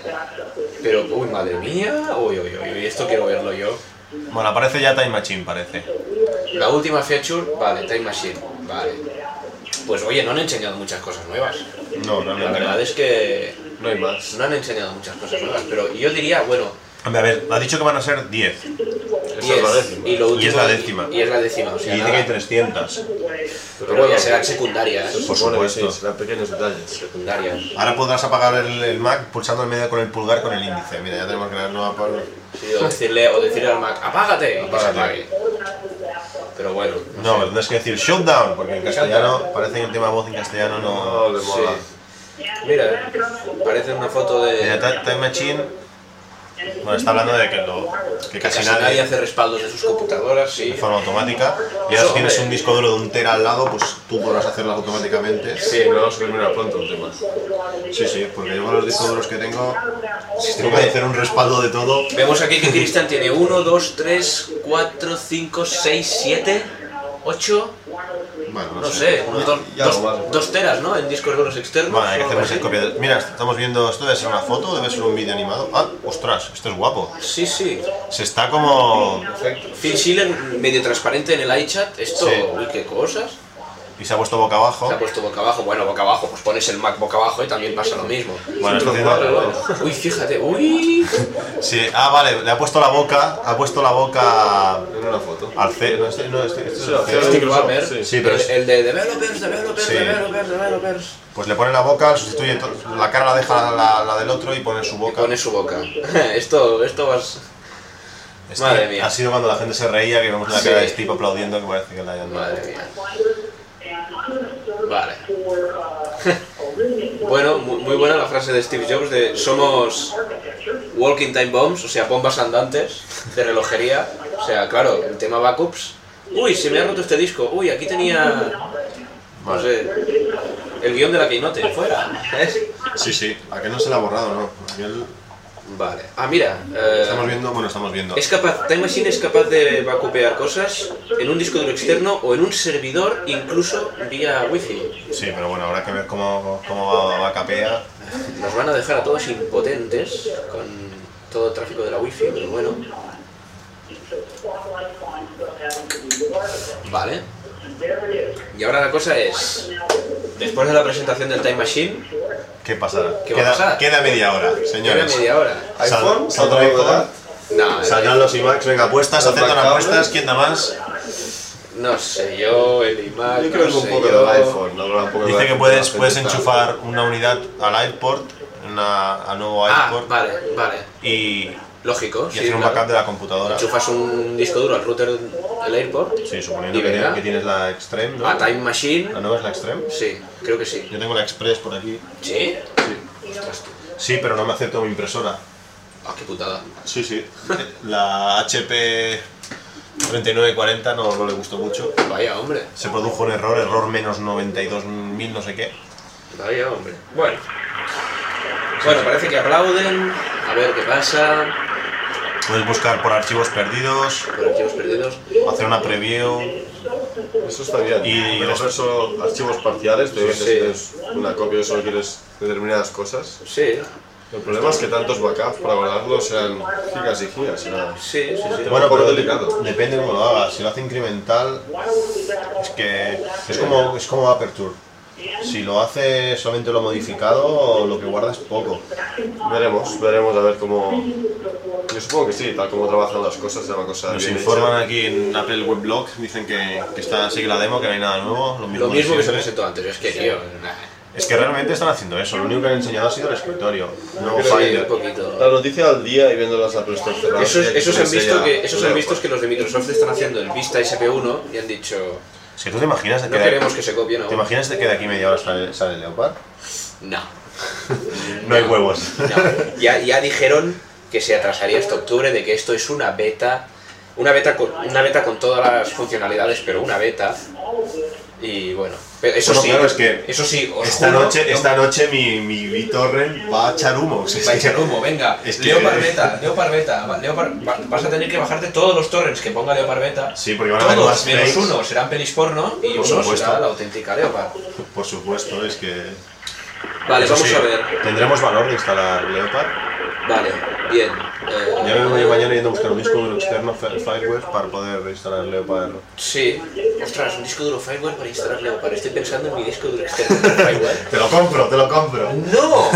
Pero, uy, madre mía, uy, uy, uy, uy, esto quiero verlo yo. Bueno, aparece ya Time Machine, parece. La última feature, vale, Time Machine, vale. Pues oye, no han enseñado muchas cosas nuevas. No, La realmente no. verdad es que No hay más. no han enseñado muchas cosas nuevas, pero yo diría, bueno, Hombre, a ver, ha dicho que van a ser 10. Esa es la 10 décima. y lo Y último es la décima. Y es la décima, o Y sea, dice que hay nada, 300. pero bueno, ya serán secundarias, Se Por supone que supuesto. sí, serán pequeños detalles. secundarias. Ahora podrás apagar el, el Mac pulsando en medio con el pulgar con el índice. Mira, ya tenemos que la nueva por- Sí, o decirle, o decirle al Mac, apágate, y que se Apágate. apague. Pero bueno, No, pero tienes que decir shutdown, porque en castellano parece que el tema voz en castellano No no. Oh, le mola. sí. Mira, parece una foto Mira, de Ti- Time Machine Bueno, está hablando de que, lo, que casi, Casi nadie, nadie hace respaldos de sus computadoras, sí. de forma automática. Y ahora Eso, si tienes hombre. un disco duro de un tera al lado, pues tú podrás hacerlas automáticamente. Sí, no, subirme pronto el tema. Sí, sí, porque yo con los discos duros que tengo, si tengo que hacer un respaldo de todo, Vemos aquí que Cristian tiene 1, 2, 3, 4, 5, 6, 7, 8, bueno, no, no sé, unos dos- Ya lo vas, dos, dos teras, ¿no? En discos duros externos. Bueno, hay que o algo hacernos así. el copia de- Mira, estamos viendo, esto debe ser una foto, debe ser un vídeo animado. Ah, ostras, esto es guapo. Sí, sí. Se está como... Perfecto. Phil Schiller medio transparente en el iChat. Esto, Sí. Oh. uy, qué cosas. Y se ha puesto boca abajo. Se ha puesto boca abajo. Bueno, boca abajo, pues pones el Mac boca abajo y también pasa lo mismo. Bueno, está Vale, haciendo... vale. Uy, fíjate, uy. Sí, ah, vale, le ha puesto la boca, ha puesto la boca En una foto. al C... No, este, no, este, este es Sí, el al CEO. CEO. Steve Microsoft, Ballmer, sí. Sí, pero el, es- el de developers, developers, Sí. developers, developers. Pues le pone la boca, sustituye to- la cara, la deja la, la del otro y pone su boca. Pone su boca. esto, esto vas. Es que madre mía. Ha sido cuando la gente se reía que vemos la cara Sí. de Steve aplaudiendo que parece que la hayan dado. Madre mía. Vale. Bueno, mu- muy, buena la frase de Steve Jobs de somos walking time bombs, o sea, bombas andantes de relojería. O sea, claro, el tema backups. Uy, se me ha roto este disco. Uy, aquí tenía, no Vale. sé, el guión de la Keynote, fuera. ¿sabes? Sí, sí, aquel no se la ha borrado, ¿no? Aquel- Vale. Ah, mira. eh, Estamos viendo, bueno, estamos viendo. Es capaz, Time Machine es capaz de vacupear cosas en un disco duro externo o en un servidor, incluso vía Wi-Fi. Sí, pero bueno, habrá que ver cómo, cómo va, va capea. Nos van a dejar a todos impotentes con todo el tráfico de la Wi-Fi, pero bueno. Vale. Y ahora la cosa es, después de la presentación del Time Machine, ¿Qué pasará? ¿Qué va a queda, pasar? queda media hora, queda señores. media hora. Sal- iPhone, saldrá saldrá iPhone. iPhone. No, Saldrán los IMAX, venga, apuestas, Los aceptan macabre. apuestas, ¿quién da más? no sé yo, el iMac, Yo creo no que un sé poco yo. del iPhone. No, Habla un poco del Dice que iPhone, puedes, la puedes gente está- enchufar una unidad al iPort, una, al nuevo Ah, iPort, vale, vale. y, y Lógico, sí, hacer un claro. backup de la computadora. Enchufas un disco duro al router del airport. Sí, suponiendo ¿Y que, verdad? que tienes la Extreme, ¿no? A Time ¿La Machine. nueva es la Extreme? Sí, creo que sí. Yo tengo la Express por aquí. ¿Sí? Sí. Ostras, tú. Sí, pero no me acepto mi impresora. Ah, qué putada. Sí, sí. La HP 3940 no, no le gustó mucho. Vaya hombre. Se produjo un error, error menos 92.000 no sé qué. Vaya hombre. Bueno. Bueno, parece que aplauden. A ver qué pasa. Puedes buscar por archivos perdidos, Por archivos perdidos. hacer una preview. Eso está bien. Y- recoger solo archivos parciales, de Sí. veces tienes una copia y solo quieres determinadas cosas. Sí, pues El problema es que tantos backups para guardarlos sean gigas y gigas. será- sí, sí, sí. Bueno, pero delicado. depende cómo lo hagas. Si lo hace incremental, es que es como, es como Aperture. Si lo hace solamente lo modificado, lo que guarda es poco. Veremos, veremos a ver cómo. Yo supongo que sí, tal como trabajan las cosas, es una cosa Nos bien informan hecha. aquí en Apple Weblog, dicen que, que está, sigue la demo, que no hay nada nuevo. Lo mismo, Lo de mismo que se siempre. presentó antes. Es que, tío, nah. Es que realmente están haciendo eso, lo único que han enseñado ha sido el escritorio. No Creo Sí, Finder. un poquito. La noticia al día y viéndolas a prestar cerradas. Esos, ya que esos se han visto enseña- que, esos han Bueno, visto que los de Microsoft están haciendo el Vista SP1 y han dicho, Es que tú te imaginas de no que, queremos que se copien ¿te aún. imaginas de que de aquí media hora sale, sale Leopard? No. No hay huevos. No, ya, ya dijeron que se atrasaría hasta octubre, de que esto es una beta, una beta con, una beta con todas las funcionalidades, pero una beta. Y bueno, pero eso Bueno, sí, claro, es que eso sí, os Esta juro, noche, yo- esta noche mi, mi BitTorrent va a echar humo. sí, sí. vais al humo, venga, Es que- Leopard Beta, Leopard Beta, va- Leopard- va- vas a tener que bajarte todos los torrents que ponga Leopard Beta. Sí, porque van a haber Todos, más menos fakes. uno, serán pelis porno y Por uno supuesto. será la auténtica Eh, Leopard. Por supuesto, es que... Vale, Eso vamos sí, a ver. ¿Tendremos valor de instalar Leopard? Vale, bien. eh, Ya me voy mañana yendo a buscar un disco duro externo Fi- Fireware para poder instalar Leopard. Sí. Ostras, un disco duro Firewall para instalar Leopard. Estoy pensando en mi disco duro externo Firewall. Te lo compro, te lo compro. ¡No!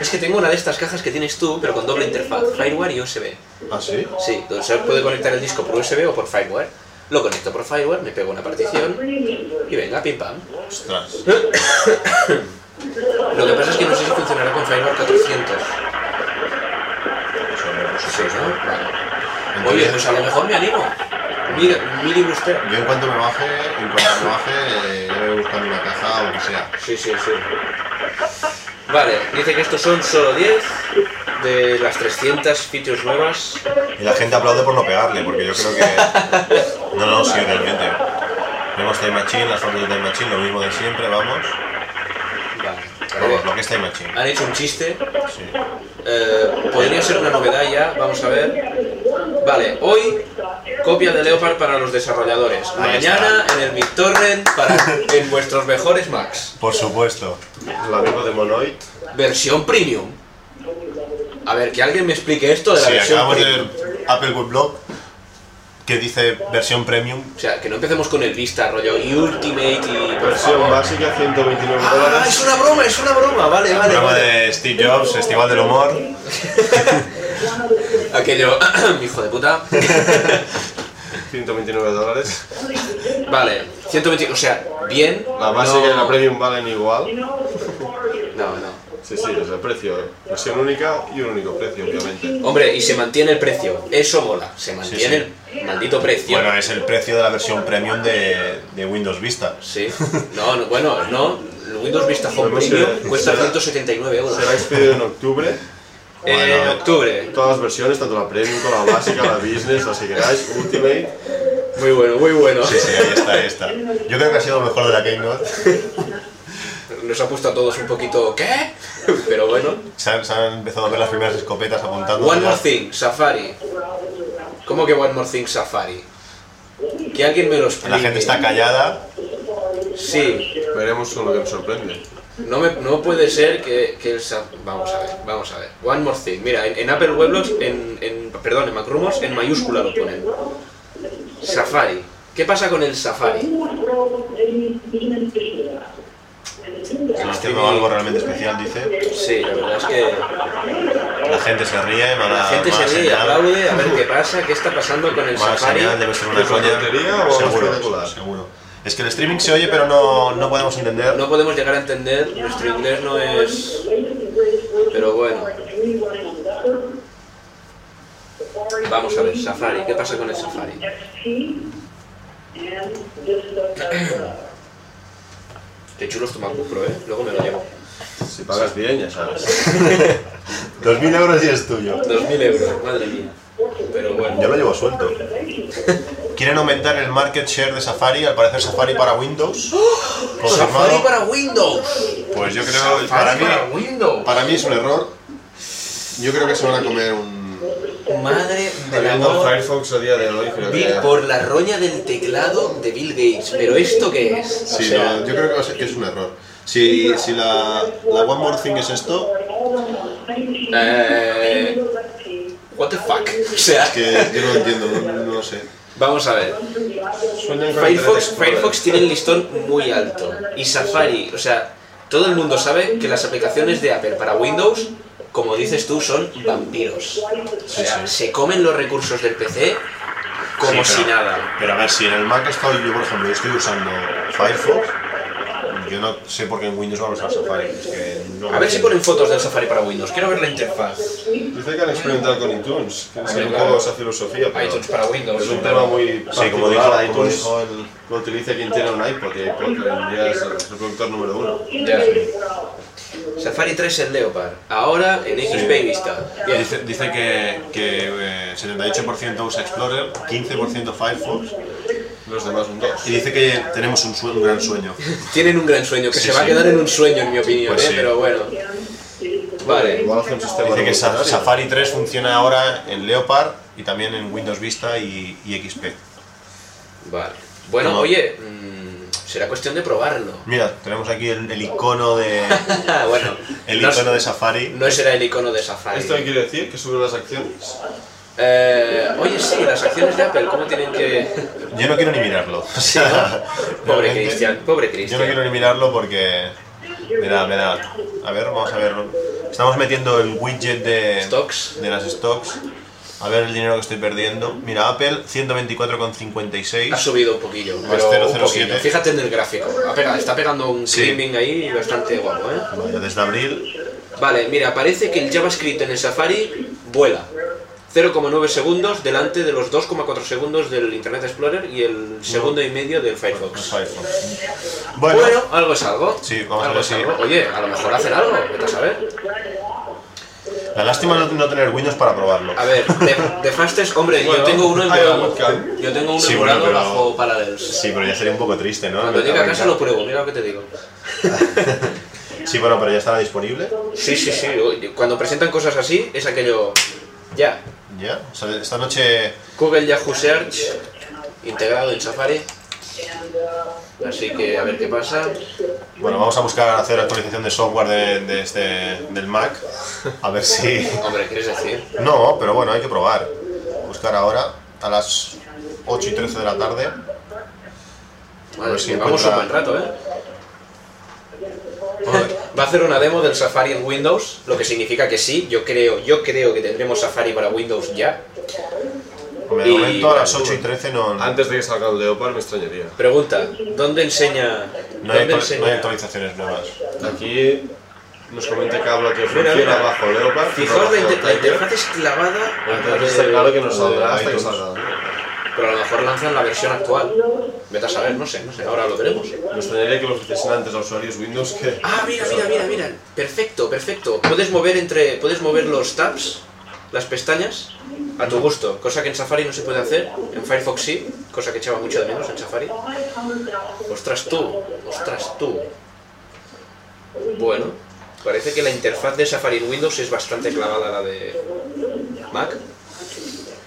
Es que tengo una de estas cajas que tienes tú, pero con doble interfaz, Firewire y USB. ¿Ah, sí? Sí, donde se puede conectar el disco por USB o por Firewire. Lo conecto por Firewire, me pego una partición y venga, pim pam. Ostras. Lo que pasa es que no sé si funcionará con Firewire 400. Eso me puso Sí, seis, ¿no? ¿no? Vale. En Oye, teoría- pues a lo mejor me animo. Mira, mil ilustra. Yo en cuanto me baje, en cuanto me baje, eh, ya voy a buscar una caja o lo que sea. Sí, sí, sí. Vale, dice que estos son solo 10. de las 300 features nuevas, Y la gente aplaude por no pegarle, porque yo creo que. No, no, sí, realmente. Vemos Time Machine, las fotos de Time Machine, lo mismo de siempre, vamos. vale, Vamos, lo que es Time Machine. han hecho un chiste. Sí. Eh, podría ser una novedad ya, vamos a ver. Vale, hoy copia de Leopard para los desarrolladores. Ahí está. Mañana en el BitTorrent para en vuestros mejores Macs. Por supuesto. El amigo de Monoid. Versión premium. A ver, que alguien me explique esto de la Sí, versión acabamos de premium. ver Apple Good Blog, que dice versión premium. O sea, que no empecemos con el Vista, rollo, y Ultimate y... por Versión favor. básica, 129 Ah, es dólares. una broma, es una broma, vale, vale. Programa vale. de Steve Jobs, Estival del Humor. Aquello, hijo de puta. 129 dólares. Vale, 120, o sea, bien. La básica y la premium valen igual. No, no. Sí, sí, es el precio. Versión única y un único precio, obviamente. Hombre, y se mantiene el precio. Eso mola. Se mantiene Sí, el maldito precio. Bueno, eh. es el precio de la versión premium de, de Windows Vista. Sí. No, no, bueno, no. El Windows Vista Home Vemos Premium que- cuesta será- 179 euros. Será expedido en octubre. Eh, en Bueno. octubre. Todas las versiones, tanto la premium como la básica, la business, la si queráis, ultimate. Muy bueno, muy bueno. Sí, sí, ahí está, ahí está. Yo creo que ha sido lo mejor de la Keynote. Nos ha puesto a todos un poquito, ¿qué? Pero bueno. Se han, se han empezado a ver las primeras escopetas apuntando. One ya. More Thing, Safari. ¿Cómo que One More Thing, Safari? Que alguien me lo explique. La gente está callada. Sí. Veremos con lo que me sorprende. No, me- no puede ser que, que el sa- Vamos a ver, vamos a ver. One more thing. Mira, en, en Apple Weblogs, en, en, perdón, en MacRumors, en mayúscula lo ponen. Safari. ¿Qué pasa con el Safari? Están haciendo algo realmente especial, dice. Sí, la verdad es que La gente se ríe, van a. la gente van se a ríe y señalar. aplaude a ver qué pasa, qué está pasando con el Van a Safari. señalar, debe ser una ¿Es una coña. tontería o algo Seguro, espectacular? seguro. Es que el streaming se oye, pero no, no podemos entender. No podemos llegar a entender, nuestro inglés no es... Pero bueno. Vamos a ver, Safari. ¿Qué pasa con el Safari? Qué chulo es tu MacBook Pro, ¿eh? Luego me lo llevo. Si pagas bien, ya sabes. 2.000 euros y es tuyo. 2.000 euros, madre mía. Pero bueno. Yo lo llevo suelto. Quieren aumentar el market share de Safari, al parecer Safari para Windows. Safari Confirmado. para Windows. Pues yo creo, para Safari para mí, Windows. para mí es un error. Yo creo que se van a comer un. Madre del Teniendo amor. Firefox a día de hoy, creo Vi que. por la roña del teclado de Bill Gates. ¿Pero esto qué es? O Sí, sea, no, yo creo que va a ser- que es un error. Si, si la, la One More Thing es esto, eh, what the fuck? O sea, que yo no lo entiendo, no, no lo sé. vamos a ver. Sueñan con Firefox, Internet Firefox tiene el listón muy alto. Y Safari, o sea, todo el mundo sabe que las aplicaciones de Apple para Windows, como dices tú, son vampiros. O sea, se comen los recursos del PC como Sí, si pero- nada. Pero a ver, si en el Mac estoy yo, por ejemplo, yo estoy usando Firefox, yo no sé por qué en Windows vamos a usar Safari. es que no A ver si ponen fotos del Safari para Windows. Quiero ver la interfaz. Internet. Dice que han experimentado con iTunes. Que es Sí, un claro. poco esa filosofía, pero. iTunes para Windows. Es un tema muy Sí, como dijo, particular, como iTunes. dijo el. Lo utiliza quien tiene un iPod y iPod hoy en día es el reproductor número uno. Ya. Safari 3 en Leopard. Ahora en XP Vista. Bien. Dice, dice que, que eh, 78% usa Explorer, 15% Firefox, Los demás un 2. y dice que tenemos un, sue- un gran sueño. Tienen un gran sueño, que Sí, se va a sí. quedar en un sueño en mi opinión, Pues ¿eh? sí. pero bueno. Vale. Igual hace un sistema Dice que Sa- revolucionario. Safari 3 funciona ahora en Leopard y también en Windows Vista y, y XP. Vale. Bueno, No. oye, mm, será cuestión de probarlo. Mira, tenemos aquí el, el icono de bueno, el no, icono de Safari. no será el icono de Safari. ¿Esto qué quiere decir? ¿Que suben las acciones? Eh, oye, sí, las acciones de Apple, ¿cómo tienen que...? Yo no quiero ni mirarlo. O sea, Pobre realmente, Cristian, pobre Yo no quiero Cristian. ni mirarlo porque me da, me da. A ver, vamos a verlo. Estamos metiendo el widget de, Stocks. de las stocks. A ver el dinero que estoy perdiendo. Mira, Apple 124,56. Ha subido un poquillo, Más pero un 0,07. poquillo. Fíjate en el gráfico. Ha pegado- está pegando un Sí. climbing ahí bastante guapo, ¿eh? Vaya, desde abril. Vale, mira, parece que el JavaScript en el Safari vuela. 0,9 segundos delante de los 2,4 segundos del Internet Explorer y el segundo y medio del Firefox. iPhone. Bueno, Bueno, algo es algo. Sí, vamos a Algo ver es si- algo. Oye, a lo mejor hacen algo, vete a saber. La lástima es no- no tener Windows para probarlo. A ver, de, de Fastest, hombre, Bueno, yo tengo uno hay un emulado. webcam. Yo tengo uno Sí, bueno, emulado pero- bajo Parallels. Sí, pero ya sería un poco triste, ¿no? Cuando llegue a casa lo pruebo, mira lo que te digo. Sí, bueno, pero ya estará disponible. Sí, sí, sí. uy, Cuando presentan cosas así, es aquello. Ya. Ya. O sea, esta noche Google Yahoo Search integrado en Safari. Así que a ver qué pasa. Bueno, vamos a buscar hacer actualización de software de, de este, del Mac. A ver si... Hombre, ¿quieres decir? No, pero bueno, hay que probar. Buscar ahora a las 8 y 13 de la tarde. Madre Pues sí, mía, vamos un encuentra- buen rato, ¿eh? Va a hacer una demo del Safari en Windows, lo que significa que sí, yo creo, yo creo que tendremos Safari para Windows ya. De Y- momento a las 8 y 13 no, no, hay, Antes de que salga el Leopard me extrañaría. Pregunta, ¿dónde enseña? ¿Dónde actua- no hay enseña? actualizaciones nuevas. Aquí nos comenta Cabla que Mira, funciona mira. bajo Leopard. Fijaos, bajo la, inter- la Tiger. interfaz es clavada a Entonces través está de... claro que no saldrá de hasta que iTunes. salga. Pero a lo mejor lanzan la versión actual. Vete a saber, no sé, no sé, ahora lo veremos. Me extrañaría que lo ofreciesen antes a usuarios Windows que... Ah, mira, mira, mira, mira. Perfecto, perfecto. Puedes mover entre. Puedes mover los tabs, las pestañas, a tu gusto. Cosa que en Safari no se puede hacer. En Firefox sí, cosa que echaba mucho de menos en Safari. Ostras tú, ostras tú. Bueno, parece que la interfaz de Safari en Windows es bastante clavada a la de Mac.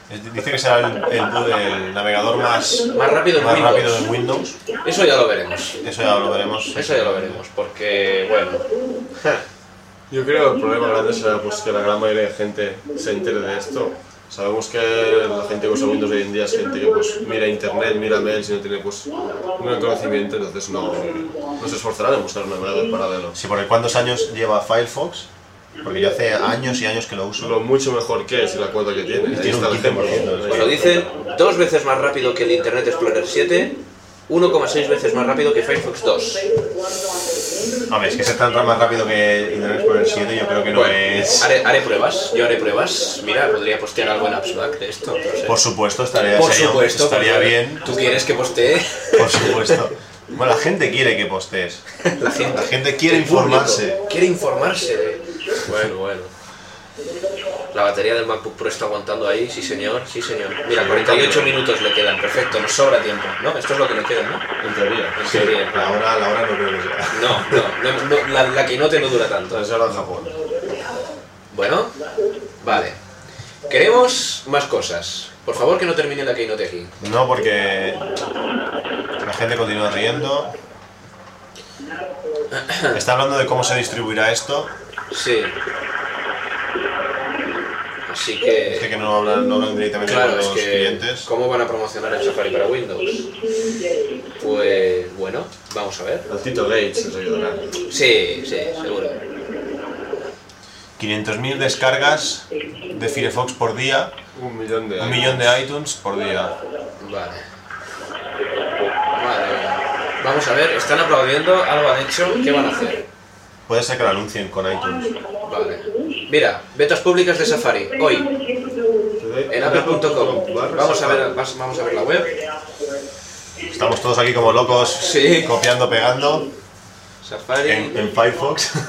Es- Dice que será el, el bu- el navegador más, Más rápido en más Windows. rápido en Windows. Eso ya lo veremos. Eso ya lo veremos. Eso ya lo veremos, porque, bueno. Yo creo que el problema grande será pues, que la gran mayoría de gente se entere de esto. Sabemos que la gente que usa Windows hoy en día es gente que pues, mira internet, mira mails y no tiene pues, un gran conocimiento, entonces no, no se esforzarán en buscar un navegador paralelo. Sí, porque ¿cuántos años lleva Firefox? Porque yo hace años y años que lo uso. Lo mucho mejor que es y la cuota que tiene. Ahí Tiene un está el 15%, ejemplo. ¿no? Pues lo dicen, dos veces más rápido que el Internet Explorer 7, 1,6 veces más rápido que Firefox 2. Hombre, es que se tan más rápido que Internet Explorer 7, yo creo que no Bueno, es... haré, haré pruebas, yo haré pruebas. Mira, podría postear algo en AppsBack de esto. no sé. Por supuesto, estaría, Por sería- supuesto, estaría porque bien. Tú quieres que postee Por supuesto. Bueno, la gente quiere que postees. la gente. La gente quiere El público informarse. Quiere informarse. de- Bueno, bueno. La batería del MacBook Pro está aguantando ahí, sí señor, sí señor. Mira, 48 minutos le quedan, perfecto, nos sobra tiempo, ¿no? Esto es lo que le queda, ¿no? En teoría. En Sí, teoría. la hora, la hora no creo que sea. No, no, no, no, la, la keynote no dura tanto. Entonces ahora en Japón. Bueno, vale. Queremos más cosas. Por favor, que no termine la keynote aquí. No, porque la gente continúa riendo. Está hablando de cómo se distribuirá esto. Sí. Así Dice que. que no hablan, no hablan directamente Claro, con es los que. clientes. ¿Cómo van a promocionar el Safari para Windows? Pues bueno, vamos a ver. El Tito Gates nos ayudará. Sí, sí, seguro. 500.000 descargas de Firefox por día, Un millón de un millón de iTunes por día. Vale. Vale. Vamos a ver, están aplaudiendo, algo han hecho, ¿qué van a hacer? Puede ser que lo anuncien con iTunes. Vale. Mira, betas públicas de Safari, hoy, en apple.com. Vamos a ver, vas- vamos a ver la web. Estamos todos aquí como locos, Sí. copiando, pegando Safari. en, en Firefox.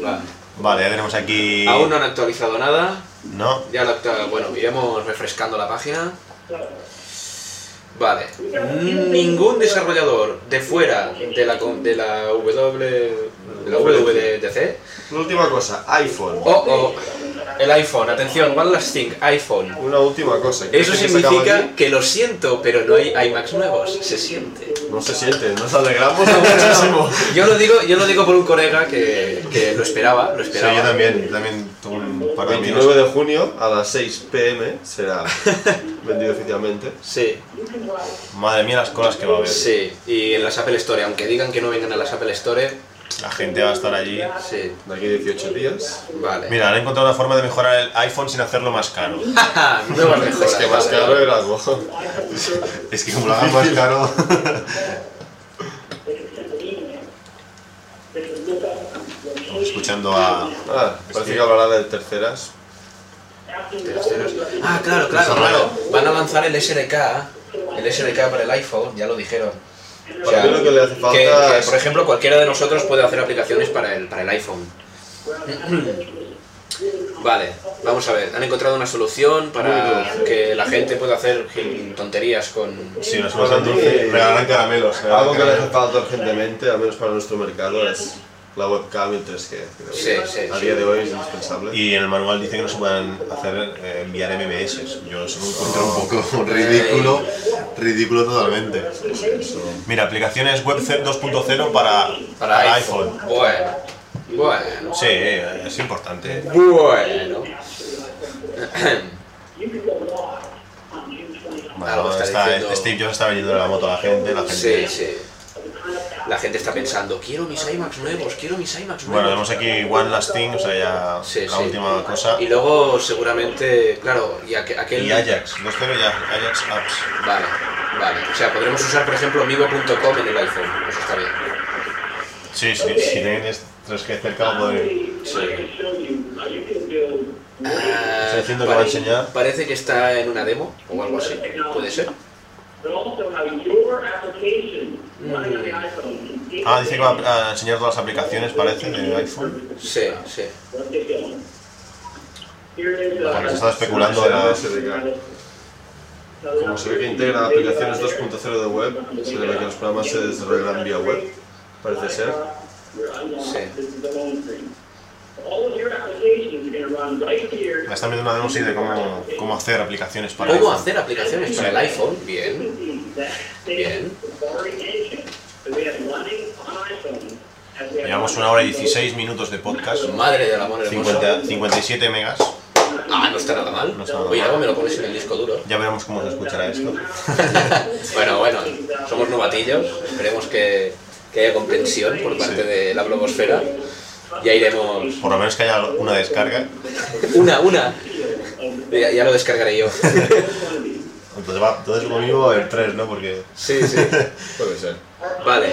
Vale. vale, ya tenemos aquí. Aún no han actualizado nada. No, Ya lo actua- bueno, iremos refrescando la página. Vale. Ningún desarrollador de fuera de la com- de la W de la WWDC Una última cosa, iPhone. o o Oh, el iPhone, atención, one last thing, iPhone. Una última cosa. ¿Qué Eso es que se acaba significa aquí? que lo siento, pero no hay iMacs nuevos, se siente. No se siente, nos alegramos muchísimo. Yo lo digo, yo lo digo por un colega que, que lo esperaba, lo sí, esperaba. yo también, yo también tuve un par de amigos. 29 de junio a las 6 pm será vendido oficialmente. Sí, Madre mía, las colas que va a Pues. haber. sí, y en las Apple Store, aunque digan que no vengan a las Apple Store, La gente va a estar allí. sí, De aquí 18 días. vale. Mira, han encontrado una forma de mejorar el iPhone sin hacerlo más caro. Ah, nuevas mejoras. Es que más vale, caro vale. era algo. Es que como lo hagan más caro. Estamos escuchando a. Ah, parece que hablará de terceras. Ah, claro, claro, claro. Van a lanzar el SDK, el SDK para el iPhone, ya lo dijeron. O sea, Para mí lo que le hace que- falta que, es- por ejemplo, cualquiera de nosotros puede hacer aplicaciones para el, para el iPhone. Vale, vamos a ver. Han encontrado una solución para que la gente pueda hacer gil- tonterías con... Sí, una solución dulce. Regalan caramelos. regalan Algo que le hace caramelos. falta urgentemente, al menos para nuestro mercado, es la webcam y el 3G. creo. Sí, sí, A sí. día de hoy es indispensable. Y en el manual dice que no se pueden hacer eh, enviar MMS. Yo eso lo encuentro un poco Ey. ridículo, ridículo totalmente. Eso. Mira, aplicaciones web 2.0 para, Para iPhone. Bueno, bueno, Sí, eh, es importante. bueno. Algo Bueno, está está- diciendo- Steve Jobs está vendiendo la moto a la gente, la gente. Sí, sí. La gente está pensando, quiero mis iMacs nuevos, quiero mis iMacs nuevos. Bueno, tenemos aquí One Last Thing, o sea, ya Sí, la sí. última cosa. Y luego seguramente, claro, y aqu- aquel... Y Ajax, 2.0 ya, Ajax Apps. Vale, vale. O sea, podremos usar, por ejemplo, mivo.com en el iPhone. Eso está bien. Sí, sí, si tienes 3G cerca, poder. Ah, Está diciendo que va a pare- enseñar. Parece que está en una demo o algo así. ¿Puede ser? Mm. Ah, dice que va a enseñar todas las aplicaciones, parece, de iPhone. Sí, sí. Porque se está especulando de la- Como se ve que integra aplicaciones 2.0 de web, se ve que los programas se desarrollarán vía web, parece ser. Ya están viendo una demo, sí, de cómo, cómo hacer aplicaciones para ¿Cómo iPhone. hacer aplicaciones para el iPhone? Bien. Bien. Llevamos una hora y 16 minutos de podcast, Madre del amor hermoso. 50 57 megas. Ah, no está nada mal. No está nada Oye, mal. luego me lo pones en el disco duro. Ya veremos cómo se escuchará esto. Bueno, bueno, somos novatillos. Esperemos que, que haya comprensión por parte Sí. de la blogosfera. Ya iremos... Por lo menos que haya una descarga. Una, una. Ya, ya lo descargaré yo. Entonces, va, entonces conmigo va a haber tres, ¿no? Porque Sí, sí. Puede ser. Vale.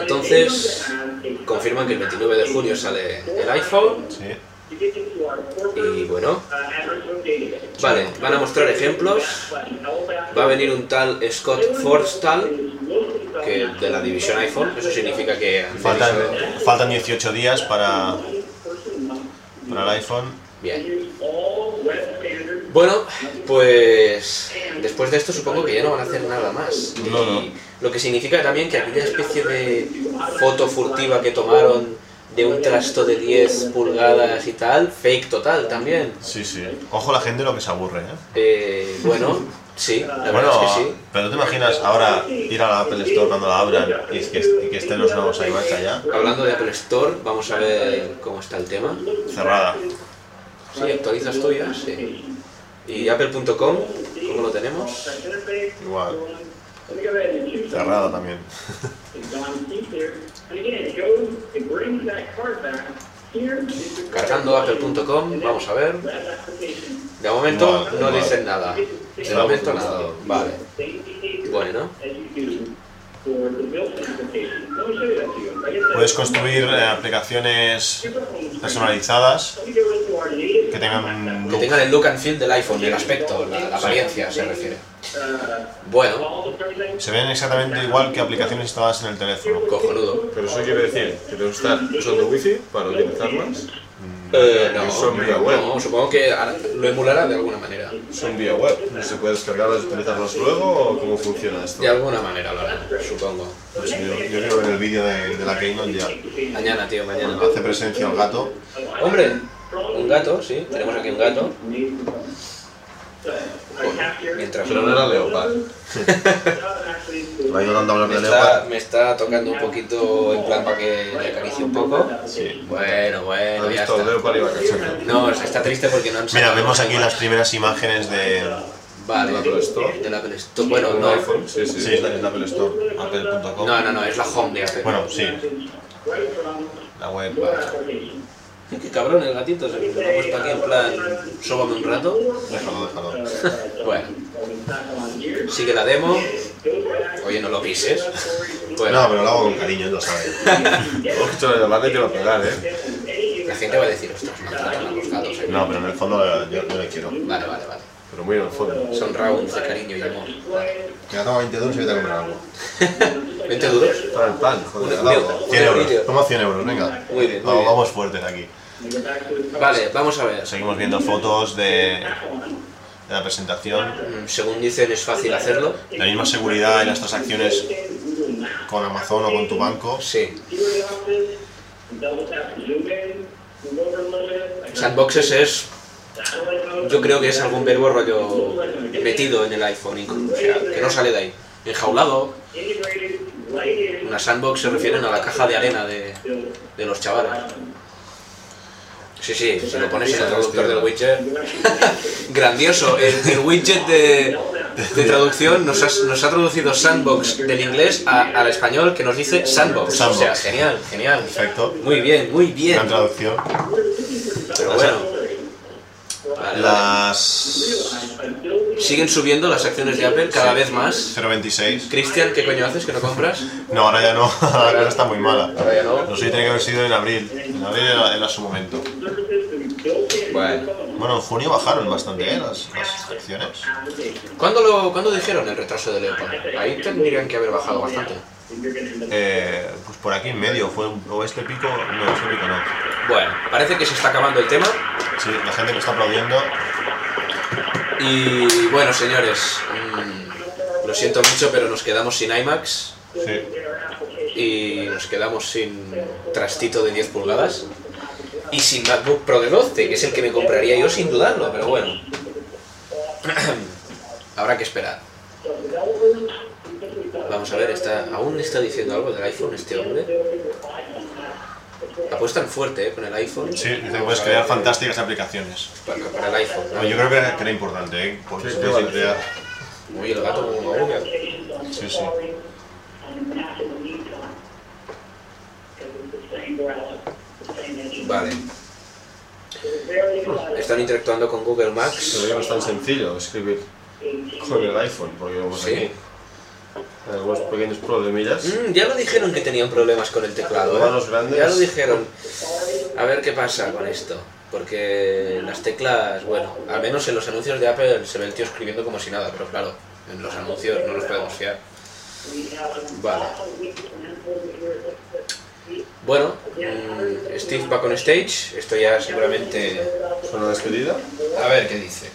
Entonces, confirman que el 29 de junio sale el iPhone sí. y bueno, vale, van a mostrar ejemplos. Va a venir un tal Scott Forstall, que de la división iPhone, eso significa que han Faltan, revisado- faltan 18 días para, para el iPhone. Bien. Bueno, pues después de esto supongo que ya no van a hacer nada más. No, no. Y Lo que significa también que aquella especie de foto furtiva que tomaron de un trasto de 10 pulgadas y tal, fake total también. Sí, sí. Ojo la gente lo que se aburre, ¿eh? Eh, bueno, sí, la Bueno, verdad es que sí. pero tú te imaginas ahora ir a la Apple Store cuando la abran y que, y que estén los nuevos iMacs allá, Hablando de Apple Store, vamos a ver cómo está el tema. cerrada. Sí, actualizas tuyas. Sí. Y Apple.com, ¿cómo lo tenemos? Igual, cerrada también. Cargando Apple.com, vamos a ver. De momento Vale, no vale. dicen nada. De Claro, momento justo. nada. Vale. Bueno, Puedes construir eh, aplicaciones personalizadas que tengan que look. tengan el look and feel del iPhone, el aspecto, la, la apariencia se refiere. Bueno, Se ven exactamente igual que aplicaciones instaladas en el teléfono. cojonudo. Pero eso quiere decir que tenemos que estar usando wifi para utilizarlas. Eh, Que son vía no, web. no, supongo que hará- lo emulará de alguna manera. Son vía web. No se puede descargarlas y utilizarlas luego o cómo funciona esto. De alguna manera lo hará, supongo. Pues yo, yo quiero ver el vídeo de, de la Keynote ya. Mañana, tío, mañana. Hace presencia el gato. Hombre, un gato, sí, tenemos aquí un gato. Mientras Pero no era Leopard. No ha ido tanto a hablar me de está, Leopard. me está tocando un poquito en plan para que le acaricie un poco. Sí. Bueno, Ha bueno, ya visto está. Leopard y va cachando. No, o sea, está triste porque no han Mira, sacado vemos aquí las iMac. primeras imágenes de. Vale, del Apple Store. Del Apple Store. Bueno, Un no. iPhone, sí, sí. Sí, es la, es la Apple Store, apple.com. No, no, no, es la home de Apple. Bueno, sí. La web. Qué cabrón el gatito, se lo ha puesto Pues aquí en plan, sóbame un rato. Déjalo, déjalo. Bueno, sigue la demo. Oye, no lo pises. Bueno, No, pero lo hago con cariño, él lo sabe. Ocho de la y te va a pegar, eh. la gente va a decir, ostras, maltratan a los gatos. eh". No, pero en el fondo eh, yo, yo le quiero. Vale, vale, vale. Pero pero muy en el fondo. Son rounds de cariño y amor. Me ha tomado 20 duros y vete a comer algo. 20 duros. Para el pan, joder, al agua. 100 euros. vídeo. Toma 100 euros, venga. Muy bien, muy Vamos, bien. vamos fuertes aquí. Vale, vamos a ver. Seguimos viendo fotos de, de la presentación. Mm, Según dicen, es fácil hacerlo. La misma seguridad en las transacciones con Amazon o con tu banco. Sí. Yo Sandboxes es, yo creo que es algún verbo rollo metido eh. en el iPhone, incluso, o sea, que no sale de ahí. Enjaulado, una sandbox se refieren a la caja de arena de, de los chavales. Sí, sí, si lo pones en el traductor del widget. Grandioso, el, el widget de, de traducción nos ha, nos ha traducido sandbox del inglés a- al español que nos dice sandbox. O sea, Sandbox. genial, genial. Perfecto. Muy bien, muy bien. Gran traducción. Pero bueno. Vale, vale. Las Siguen subiendo las acciones de Apple cada vez más. 0.26. Cristian, ¿qué coño haces que no compras? No, ahora ya no. Ahora la cosa está muy mala. Ahora ya no. No sé, tiene que haber sido en abril. En abril era, era su momento. Bueno, Bueno, en junio bajaron bastante ¿eh? las, las acciones. ¿Cuándo, lo, ¿Cuándo dijeron el retraso de Leopard? Ahí tendrían que haber bajado bastante. Eh, pues por aquí en medio. Fue un- o este pico. No, este pico no. Bueno, parece que se está acabando el tema. Sí, la gente que está aplaudiendo. Y bueno, señores, mm, lo siento mucho, pero nos quedamos sin IMAX Sí. y nos quedamos sin trastito de 10 pulgadas y sin MacBook Pro de 12, que es el que me compraría yo sin dudarlo, pero bueno. Habrá que esperar. Vamos a ver, está, aún está diciendo algo del iPhone este hombre. Apuestan fuerte eh, con el iPhone. Sí, dice pues, que puedes crear fantásticas aplicaciones. Para, para el iPhone. ¿no? No, yo creo que era, que era importante, ¿eh? Porque Sí, se sí, puede vale. crear. Uy, el gato como una uña. Sí, sí. Vale. Están interactuando con Google pero Maps. ya no es tan sencillo escribir con el iPhone, porque pues vemos Sí. aquí algunos pequeños problemillas. Mm, ya lo dijeron que tenían problemas con el teclado. ¿eh? Manos grandes. Ya lo dijeron. A ver qué pasa con esto. Porque las teclas, bueno, al menos en los anuncios de Apple se ve el tío escribiendo como si nada, pero claro, en los anuncios no los podemos fiar. Vale. Bueno, mm, Steve va con Stage. Esto ya seguramente. ¿Es una despedida? A ver qué dice.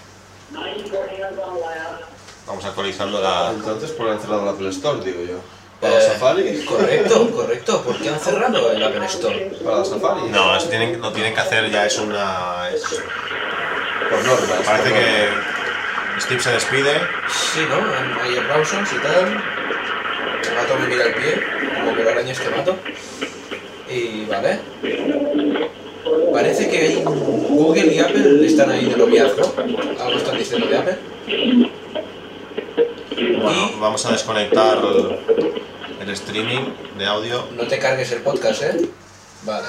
Vamos actualizando la. Entonces, ¿por qué han cerrado la Apple Store, digo yo? ¿Para la Eh, Safari? Correcto, correcto. ¿Por qué han cerrado el Apple Store? ¿Para la Safari? No, es- tienen, lo tienen que hacer ya, es una. es- Por norma. es parece por norma. que Steve se despide. Sí, ¿no? Hay aplausos y tal. El gato me mira el pie, como que lo araña este gato. Y vale. Parece que hay- Google y Apple están ahí de noviazgo. Algo están diciendo de Apple. Bueno, Y vamos a desconectar el streaming de audio. no te cargues el podcast, ¿eh? Vale.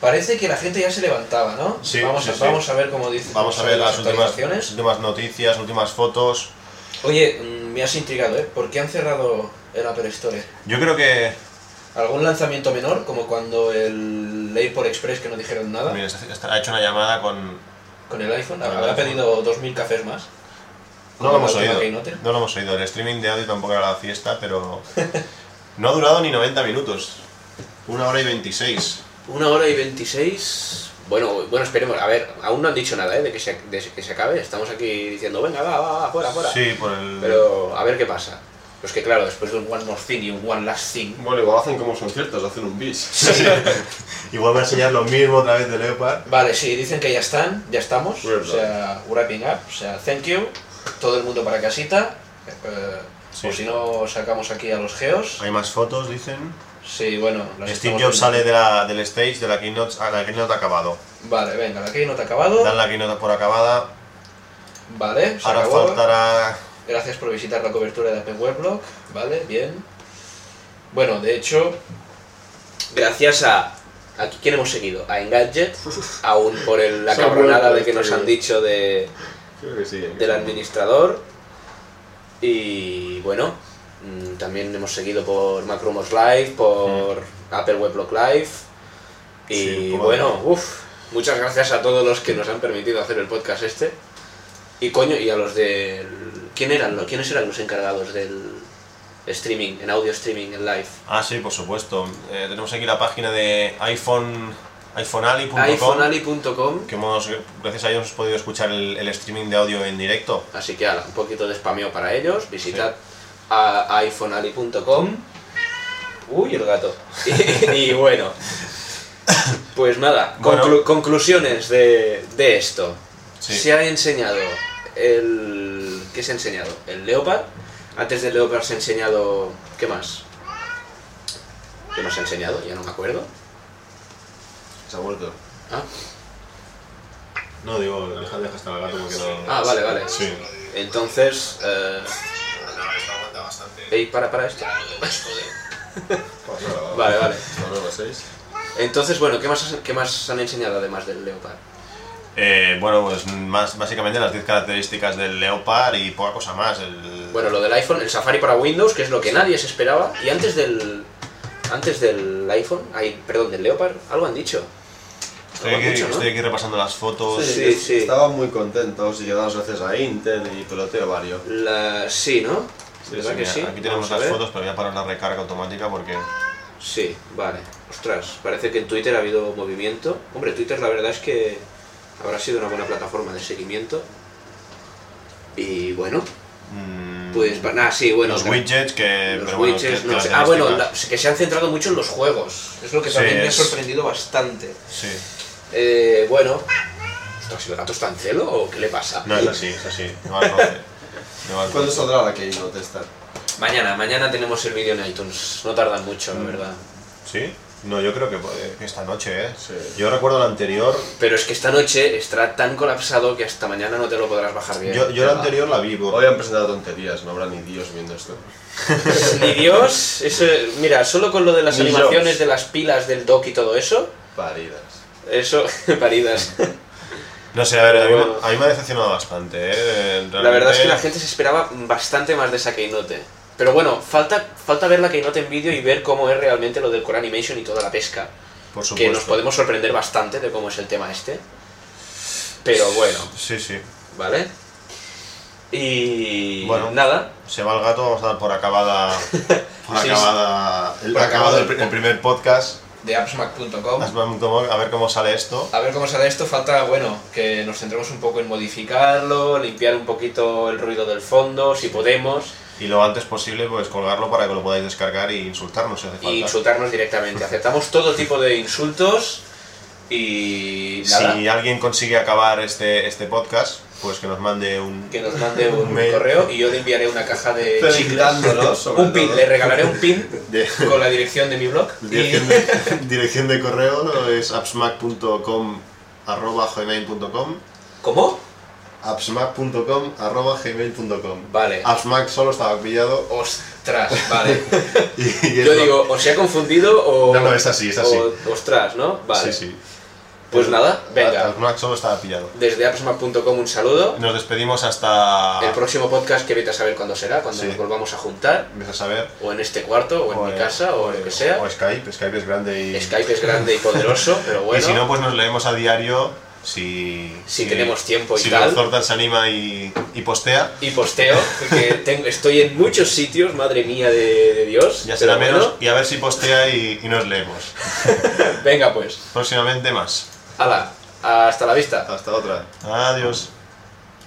Parece que la gente ya se levantaba, ¿no? Sí, vamos, a, sí, sí. vamos a ver cómo dice. Vamos a ver las últimas, actualizaciones. últimas noticias, últimas fotos. Oye, mm, me has intrigado, ¿eh? ¿Por qué han cerrado el Apple Store? Yo creo que. ¿Algún lanzamiento menor, como cuando el por Express que no dijeron nada Mira, está- está- ha hecho una llamada con. con el iPhone? Con el Habrá iPhone. pedido 2.000 cafés más. No lo hemos Como la última oído. Keynote. No lo hemos oído. El streaming de audio tampoco era la fiesta, pero. No ha durado ni 90 minutos. Una hora y 26. Una hora y 26. Bueno, bueno, esperemos. A ver, aún no han dicho nada ¿eh? de, que se, de que se acabe. Estamos aquí diciendo, venga, va, va, va, fuera, fuera. Sí, por el. Pero a ver qué pasa. Pues que claro, después de un One More Thing y un One Last Thing. Bueno, igual hacen como son ciertas, hacen un bis. Igual me a enseñar lo mismo otra vez de Leopard. Vale, sí, dicen que ya están, ya estamos. Verdad. O Pues sea, wrapping up. O sea, thank you. Todo el mundo para casita. Eh, Sí. O si no, sacamos aquí a los geos. Hay más fotos, dicen. Sí, bueno, las Steve estamos Jobs viendo. sale de la, del stage de la keynote, a la keynote acabado. Vale, venga, la keynote ha acabado. Dan la keynote por acabada. Vale, se Ahora acabó. faltará. Gracias por visitar la cobertura de Apple Weblog. Vale, bien. Bueno, de hecho, gracias a... ¿A quién hemos seguido? A Engadget, aún por el- la Se ha cabronada vuelto de que nos este han vídeo. dicho de, Creo que sí. del administrador. Y bueno, mm, también hemos seguido por Macromos Live, por Apple Weblog Live. Y Sí, como bueno, uff, muchas gracias a todos los que nos han permitido hacer el podcast este. Y coño, y a los de... ¿Quién eran, lo- ¿Quiénes eran los encargados del streaming, en audio streaming, en live? Ah, sí, por supuesto. Eh, tenemos aquí la página de iPhone, iPhoneali.com, iPhoneali.com. que hemos, gracias a ellos hemos podido escuchar el, el streaming de audio en directo. Así que ala, un poquito de spameo para ellos. Visitad a iPhoneali.com. Uy, el gato. Y, bueno. Pues nada, Bueno. conclu- conclusiones de, de esto. Sí. Se ha enseñado el... ¿Qué se ha enseñado? El Leopard. Antes del Leopard se ha enseñado... ¿Qué más? ¿Qué más se ha enseñado? Ya no me acuerdo. Se ha muerto. Ah, No, digo, deja, deja estar al gato porque no... Ah, vale, vale. Sí. Entonces... Eh, aguanta bastante. ey, para, para esto. Bueno, Vale, vale. No, no, las seis. Entonces, bueno, ¿qué más, qué más han enseñado además del Leopard? bueno, pues más, básicamente las 10 características del Leopard y poca cosa más. El... Bueno, lo del iPhone, el Safari para Windows, que es lo que nadie se esperaba. Y antes del. Antes del iPhone, ay, perdón, del Leopard, algo han dicho. estoy, Algo han aquí, dicho, ¿no? estoy aquí repasando las fotos. Sí, sí, sí. Estaban muy contentos y que damos gracias a Intel y peloteo varios. La- sí, ¿no? ¿Verdad que mira, sí? Aquí tenemos Vamos a las ver. fotos, pero voy a parar la recarga automática porque... Sí, vale. Ostras, parece que en Twitter ha habido movimiento. Hombre, Twitter la verdad es que habrá sido una buena plataforma de seguimiento. Y bueno, mm, pues va- nada, sí, bueno. los que- widgets que... Los pero bueno, widgets, que- no que sé. las Ah, bueno, la- características- que se han centrado mucho en los juegos. Es lo que Sí, también me ha es- sorprendido bastante. Sí. Eh, bueno. Ostras, ¿el gato está en celo o qué le pasa? No, es así, es así. No va al roce. No va al ¿Cuándo roce. saldrá la Keynote esta? Mañana, mañana tenemos el vídeo en iTunes. No tardan mucho, Mm. la verdad. ¿Sí? No, yo creo que eh, que esta noche, ¿eh? Sí. Yo recuerdo la anterior. Pero es que esta noche estará tan colapsado que hasta mañana no te lo podrás bajar bien. Yo, yo la anterior la vi. por- Hoy han presentado tonterías, no habrá ni Dios viendo esto. Ni Dios, eso- mira, solo con lo de las Ni animaciones Dios. de las pilas del dock y todo eso, Paridas. eso, paridas. No sé, a ver, a mí, Bueno. me- a mí me ha decepcionado bastante, ¿eh? Realmente- La verdad es que la gente se esperaba bastante más de esa Keynote. Pero bueno, falta, falta ver la Keynote en vídeo y ver cómo es realmente lo del Core Animation y toda la pesca. Por que supuesto. nos podemos sorprender bastante de cómo es el tema este. Pero bueno, Sí, sí. ¿vale? Y Bueno. nada, Se va el gato, vamos a dar por acabada. Por Sí, sí. acabada. El, Por acabado acabado el, el pri- el primer podcast. de appsmac.com. Las vamos como- A ver cómo sale esto. A ver cómo sale esto, falta, bueno, que nos centremos un poco en modificarlo, limpiar un poquito el ruido del fondo, si podemos, Y lo antes posible, pues colgarlo para que lo podáis descargar y insultarnos si hace falta. y insultarnos directamente. Aceptamos todo tipo de insultos y nada, si alguien consigue acabar este, este podcast, pues que nos mande un, que nos mande un, Un mail. correo y yo le enviaré una caja de chicles. Felicitándonos, sobre Un pin, todo. le regalaré un pin De- con la dirección de mi blog. y- Dirección Eh. de, dirección de correo ¿no? es appsmac.com arroba gmail.com ¿Cómo? appsmac.com arroba gmail.com Vale. appsmac solo estaba pillado Ostras, vale. y, y es Yo lo- digo, o se ha confundido o. No, no, es así, es así. o- ostras, ¿no? sí, Vale. Ah, sí. Pues nada, venga. appsmac solo estaba pillado Desde appsmart.com un saludo. nos despedimos hasta El próximo podcast que vete a saber cuándo será, cuando Ah. Sí. nos volvamos a juntar, empiezas a saber o en este cuarto, o en mi eh, casa, o lo eh, que sea. o Skype Skype es grande y, Skype es grande y poderoso, pero y bueno, si no pues nos leemos a diario si Si tenemos tiempo y si tal. Lord Zortan se anima y, y postea y posteo, porque tengo- estoy en muchos sitios, madre mía de, de Dios. ya será pero menos bueno, y a ver si postea y, y nos leemos venga pues, próximamente más hala, hasta la vista. Hasta otra. adiós